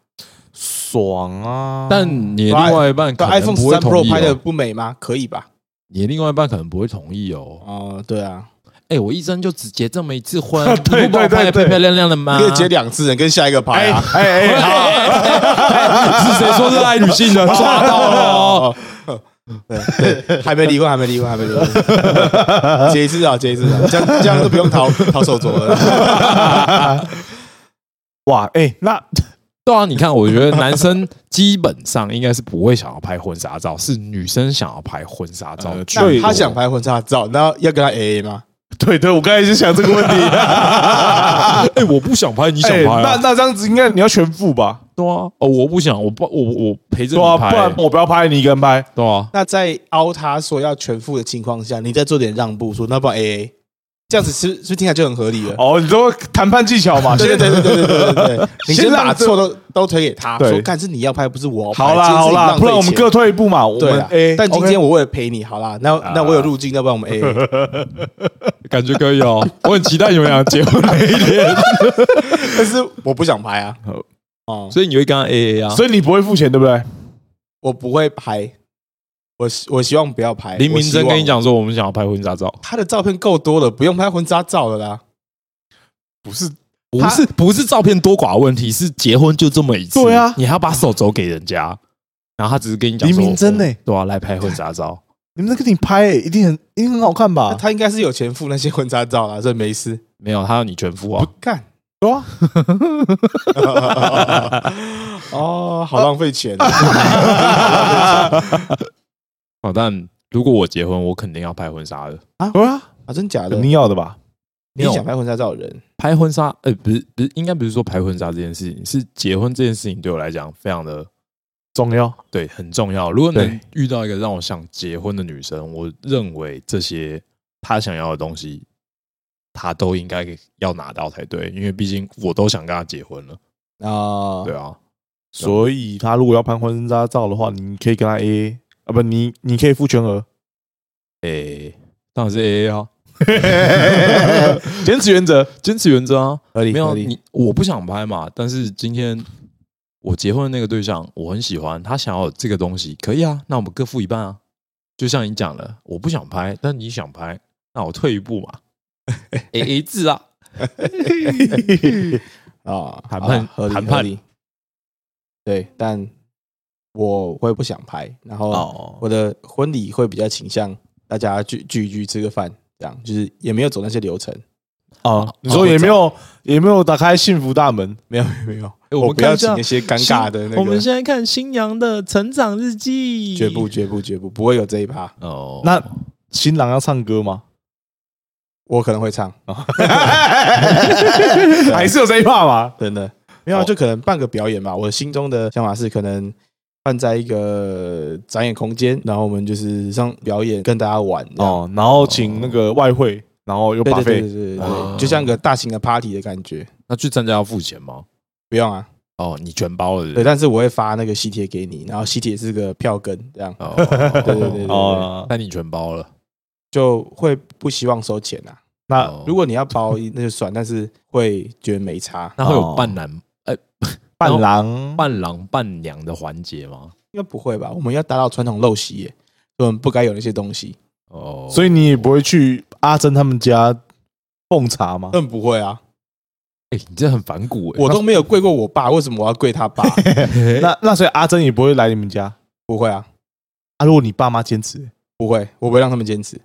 Speaker 2: 爽啊！
Speaker 3: 但你的另外一半可
Speaker 1: 那哦
Speaker 3: 能
Speaker 1: iPhone
Speaker 3: 不会
Speaker 1: 13
Speaker 3: 同
Speaker 1: Pro
Speaker 3: 意
Speaker 1: 拍的
Speaker 3: 哦，
Speaker 1: 不美吗？可以吧？
Speaker 3: 你的另外一半可能不会同意哦。
Speaker 1: 哦，对啊，
Speaker 3: 哎，我一生就只结这么一次婚，
Speaker 2: 对
Speaker 3: 你不帮
Speaker 2: 对对
Speaker 3: 我拍得
Speaker 2: 对
Speaker 3: 漂漂亮亮的吗？
Speaker 1: 你可以结两次人跟下一个拍啊。
Speaker 2: 哎哎哎，
Speaker 3: 哎是谁说是爱女性的？抓到了哦！
Speaker 1: 对对，还没离婚，还没离婚，还没离婚，结一次啊，结一次啊，这样这样都不用逃逃手镯了。
Speaker 2: 哎 哇，哎，那
Speaker 3: 对啊，你看，我觉得男生基本上应该是不会想要拍婚纱照，是女生想要拍婚纱照
Speaker 2: 呃
Speaker 3: 居多。
Speaker 1: 那
Speaker 2: 对
Speaker 1: 他想拍婚纱照，那要跟他 AA 吗？
Speaker 2: 对对，我刚才就想这个 问题。
Speaker 3: 哎，我不想拍，你想
Speaker 2: 哎
Speaker 3: 拍啊？
Speaker 2: 那那这样子应该你要全付吧？
Speaker 3: 对啊，哦，我不想，我不，我我我陪着
Speaker 2: 对啊，
Speaker 3: 你
Speaker 2: 不
Speaker 3: 拍，
Speaker 2: 然我不要拍，你一个人拍。
Speaker 3: 对啊，
Speaker 1: 那在凹他说要全付的情况下，你再做点让步，说那不然 AA，这样子是是不是听起来就很合理了。
Speaker 2: 哦，你说谈判技巧嘛？
Speaker 1: 对对对对对对对对对，你先
Speaker 2: 先
Speaker 1: 把
Speaker 2: 让这
Speaker 1: 错都都推给他，
Speaker 2: 对
Speaker 1: 说干是你要拍，不是我要拍。
Speaker 2: 好啦
Speaker 1: 这件事
Speaker 2: 好
Speaker 1: 情浪
Speaker 2: 啦，
Speaker 1: 费
Speaker 2: 不然我们
Speaker 1: 钱
Speaker 2: 各退一步嘛。我
Speaker 1: 对
Speaker 2: 们
Speaker 1: 啦
Speaker 2: A，
Speaker 1: 但今
Speaker 2: OK 啊
Speaker 1: 天我为了陪你，好啦，那那我有入境，要不然我们 AA。
Speaker 3: 感觉可以 哦。我很期待你们俩结婚那一天，
Speaker 1: 但是我不想拍啊， 哦，
Speaker 3: 所以你会跟他 AA 啊？
Speaker 2: 所以你不会付钱对不对？
Speaker 1: 我不会拍，我希我希望不要拍。
Speaker 3: 林明真
Speaker 1: 我希望
Speaker 3: 跟你，讲说，我们想要拍婚纱照，
Speaker 1: 他的照片够多了，不用拍婚纱照了啦。
Speaker 2: 不是，
Speaker 3: 不是不是照片多寡问题，是结婚就这么一次，
Speaker 2: 对啊
Speaker 3: 你还要把手肘给人家，然后他只是跟你讲
Speaker 2: 黎
Speaker 3: 说
Speaker 2: 明真欸
Speaker 3: 对啊，来拍婚纱照，
Speaker 2: 你们那个你拍欸一定很一定很好
Speaker 1: 那
Speaker 2: 看 吧？
Speaker 1: 他应该是有钱付那些婚纱照啦，所以没事。
Speaker 3: 没有，他要你全付啊，
Speaker 1: 干
Speaker 2: 对啊，
Speaker 1: 哦，好浪费钱啊。
Speaker 2: 啊
Speaker 3: 哦，但如果我结婚，我肯定要拍婚纱的，
Speaker 2: 对啊，
Speaker 1: 啊真假的
Speaker 2: 肯？定要的吧？
Speaker 1: 你
Speaker 3: 没有
Speaker 1: 想拍婚纱照的人，
Speaker 3: 拍婚纱，呃，不是不是，应该不是说拍婚纱这件事情，是结婚这件事情对我来讲非常的
Speaker 2: 重要。
Speaker 3: 对，很重要。如果能
Speaker 2: 对
Speaker 3: 遇到一个让我想结婚的女生，我认为这些她想要的东西，她都应该要拿到才对，因为毕竟我都想跟她结婚了。
Speaker 1: 啊
Speaker 3: 对啊，
Speaker 2: 所以他如果要拍婚纱照的话，你可以跟他 A 啊，不，你你可以付全额，
Speaker 3: 诶、当然是 A A 啊，
Speaker 2: 坚持原则。
Speaker 3: 坚持原则啊。
Speaker 1: 合理
Speaker 3: 没有
Speaker 1: 合理。
Speaker 3: 你，我不想拍嘛。但是今天我结婚的那个对象，我很喜欢，他想要有这个东西，可以啊。那我们各付一半啊。就像你讲了，我不想拍，但你想拍，那我退一步 嘛，A A 制啊。
Speaker 1: 啊，
Speaker 3: 谈判
Speaker 1: 啊合理
Speaker 3: 谈判
Speaker 1: 合理对，但我会不想拍，然后
Speaker 2: 哦，
Speaker 1: 我的婚礼会比较倾向大家聚聚一聚吃个饭，这样就是也没有走那些流程，
Speaker 2: 啊，你说也没
Speaker 1: 哦
Speaker 2: 有也没有打开幸福大门，
Speaker 1: 没有没有，
Speaker 3: 我
Speaker 1: 我
Speaker 3: 们
Speaker 1: 不要
Speaker 3: 看一下
Speaker 1: 请那些尴尬的那
Speaker 3: 我们
Speaker 1: 个，
Speaker 3: 现在看新娘的成长日记，
Speaker 1: 绝不绝不绝不不会有这一趴，
Speaker 3: 哦。
Speaker 2: 那新郎要唱歌吗？
Speaker 1: 我可能会唱，
Speaker 2: 还 是有这一趴嘛？
Speaker 1: 真的没有啊，
Speaker 2: 哦
Speaker 1: 就可能办个表演吧。我心中的想法是可能。办在一个展演空间，然后我们就是上表演跟大家玩这样
Speaker 2: 哦，然后请那个外汇，然后有
Speaker 1: 对
Speaker 2: 把
Speaker 1: 对对
Speaker 2: 费
Speaker 1: 对对对
Speaker 3: 哦
Speaker 1: 对，就像个大型的 party 的感觉。
Speaker 3: 那去参加要付钱吗？
Speaker 1: 不用啊，
Speaker 3: 哦，你全包了是不
Speaker 1: 对，
Speaker 3: 是，
Speaker 1: 但是我会发那个喜帖给你，然后喜帖是个票根，这样
Speaker 3: 哦， 对
Speaker 1: 对对对对
Speaker 2: 哦。
Speaker 3: 但你全包了，
Speaker 1: 就会不希望收钱啊。
Speaker 2: 那
Speaker 3: 哦
Speaker 1: 如果你要包那就算，但是会觉得没差，
Speaker 3: 那会有伴郎、
Speaker 2: 伴郎
Speaker 3: 伴郎、伴娘的环节吗？
Speaker 1: 应该不会吧？我们要打倒传统陋习耶，所以我们不该有那些东西。
Speaker 3: 哦，
Speaker 2: 所
Speaker 3: 以
Speaker 2: 以你也不会去阿珍他们家奉茶吗？
Speaker 1: 更不会啊，
Speaker 3: 哎、你这很反骨哎、
Speaker 1: 我都没有跪过我爸，为什么我要跪他 爸？
Speaker 3: 那
Speaker 2: 那那所以阿珍也不会来你们家
Speaker 1: 不会啊，
Speaker 2: 啊？如果你爸妈坚持
Speaker 1: 不会，我不会让他们坚持。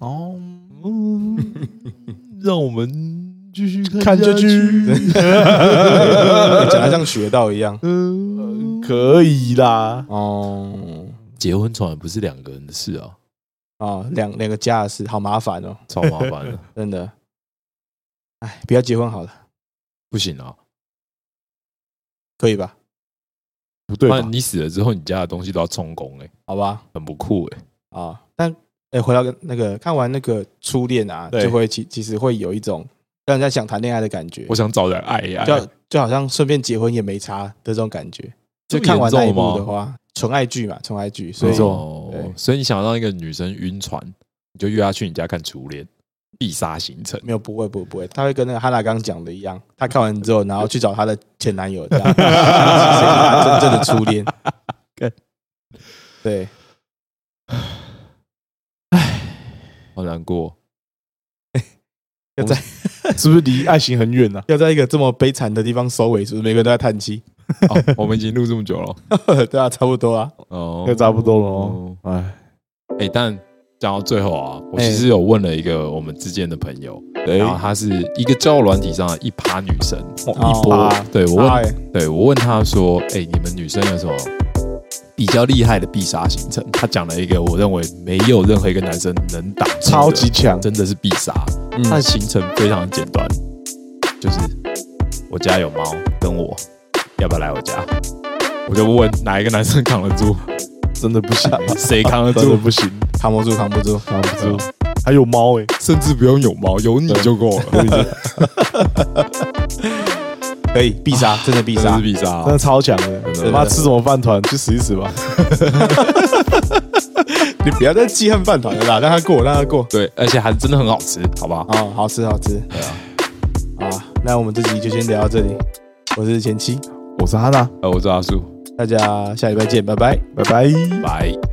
Speaker 2: 哦，
Speaker 3: 让我们继续看
Speaker 2: 嗯看下去，
Speaker 1: 讲的像学到一样。
Speaker 2: 嗯，可以啦。
Speaker 1: 哦
Speaker 3: 结婚从来不是两个人的事啊，
Speaker 1: 啊，两两个家的事，好麻烦哦，
Speaker 3: 超麻烦的。
Speaker 1: 真的。哎，不要结婚好了，
Speaker 3: 不行啊！
Speaker 1: 可以吧？
Speaker 2: 不对
Speaker 3: 不
Speaker 2: 吧
Speaker 3: 然？你死了之后，你家的东西都要充公哎、
Speaker 1: 好吧，
Speaker 3: 很不酷哎、
Speaker 1: 啊，但哎、回到跟那个看完那个初恋啊，
Speaker 2: 对
Speaker 1: 就会其其实会有一种让人家想谈恋爱的感觉
Speaker 3: 我，想哎找人爱一爱，
Speaker 1: 就就好像顺便结婚也没差的这种感觉。
Speaker 3: 这
Speaker 1: 就
Speaker 3: 么
Speaker 1: 看完
Speaker 3: 严
Speaker 1: 那
Speaker 3: 重
Speaker 1: 一
Speaker 3: 吗
Speaker 1: 部的话，纯爱剧嘛，纯爱剧，所以
Speaker 2: 没错
Speaker 3: 哦
Speaker 1: 对，
Speaker 3: 所以你想让一个女生晕船，你就约她去你家看初恋，必杀行程。
Speaker 1: 没有不会不会不会，他会跟那个哈娜刚讲的一样，他看完之后，然后去找他的前男友，这 样谁是他真正的初恋
Speaker 3: 干。
Speaker 1: 对，
Speaker 3: 好难过，
Speaker 1: 要在
Speaker 2: 是不是离爱情很远啊呢？
Speaker 1: 要在一个这么悲惨的地方收尾，是不是每个人都在叹气？
Speaker 3: 哦、我们已经录这么久了，
Speaker 1: 对啊，差不多啊。
Speaker 3: 哦，
Speaker 2: 那差不多了哦。哎，
Speaker 3: 哎、但讲到最后啊，我其实有问了一个我们之间的朋友，
Speaker 2: 对
Speaker 3: 然后她是一个交友软体上的一趴女神，
Speaker 1: 哦
Speaker 2: 波
Speaker 1: 啊
Speaker 3: 对我问，
Speaker 1: 哎
Speaker 3: 对我问她说，哎、你们女生有什么比较厉害的必杀行程？她讲了一个我认为没有任何一个男生能挡住的，
Speaker 2: 超级强，
Speaker 3: 真的是必杀。
Speaker 1: 嗯
Speaker 3: 它的行程非常简单，就是我家有猫，跟我要不要来我家？我就问哪一个男生扛得住，
Speaker 2: 真的不 行，
Speaker 3: 谁扛得
Speaker 2: 真的
Speaker 3: 住？
Speaker 2: 不行，
Speaker 1: 扛不住，扛不住，
Speaker 2: 扛不住。还有猫哎，
Speaker 3: 甚至不用有猫，有你就够了。
Speaker 1: 可以必杀，真的必
Speaker 3: 必杀
Speaker 1: 杀
Speaker 3: 是。必杀
Speaker 2: 真的
Speaker 3: 啊，
Speaker 2: 超强的。
Speaker 3: 真
Speaker 2: 他
Speaker 3: 的
Speaker 2: 妈吃什么饭团去死一死吧！
Speaker 1: 你不要再记恨饭团了啦，让他过，让他过。
Speaker 3: 对，而且还真的很好吃，好不好？
Speaker 1: 哦，好吃，好吃。
Speaker 3: 对啊，
Speaker 1: 好啊，那我们这集就先聊到这里。我是前妻，
Speaker 2: 我是哈娜，
Speaker 3: 呃，我是阿树，
Speaker 1: 大家下礼拜见，拜拜。
Speaker 2: 拜拜。
Speaker 3: 拜。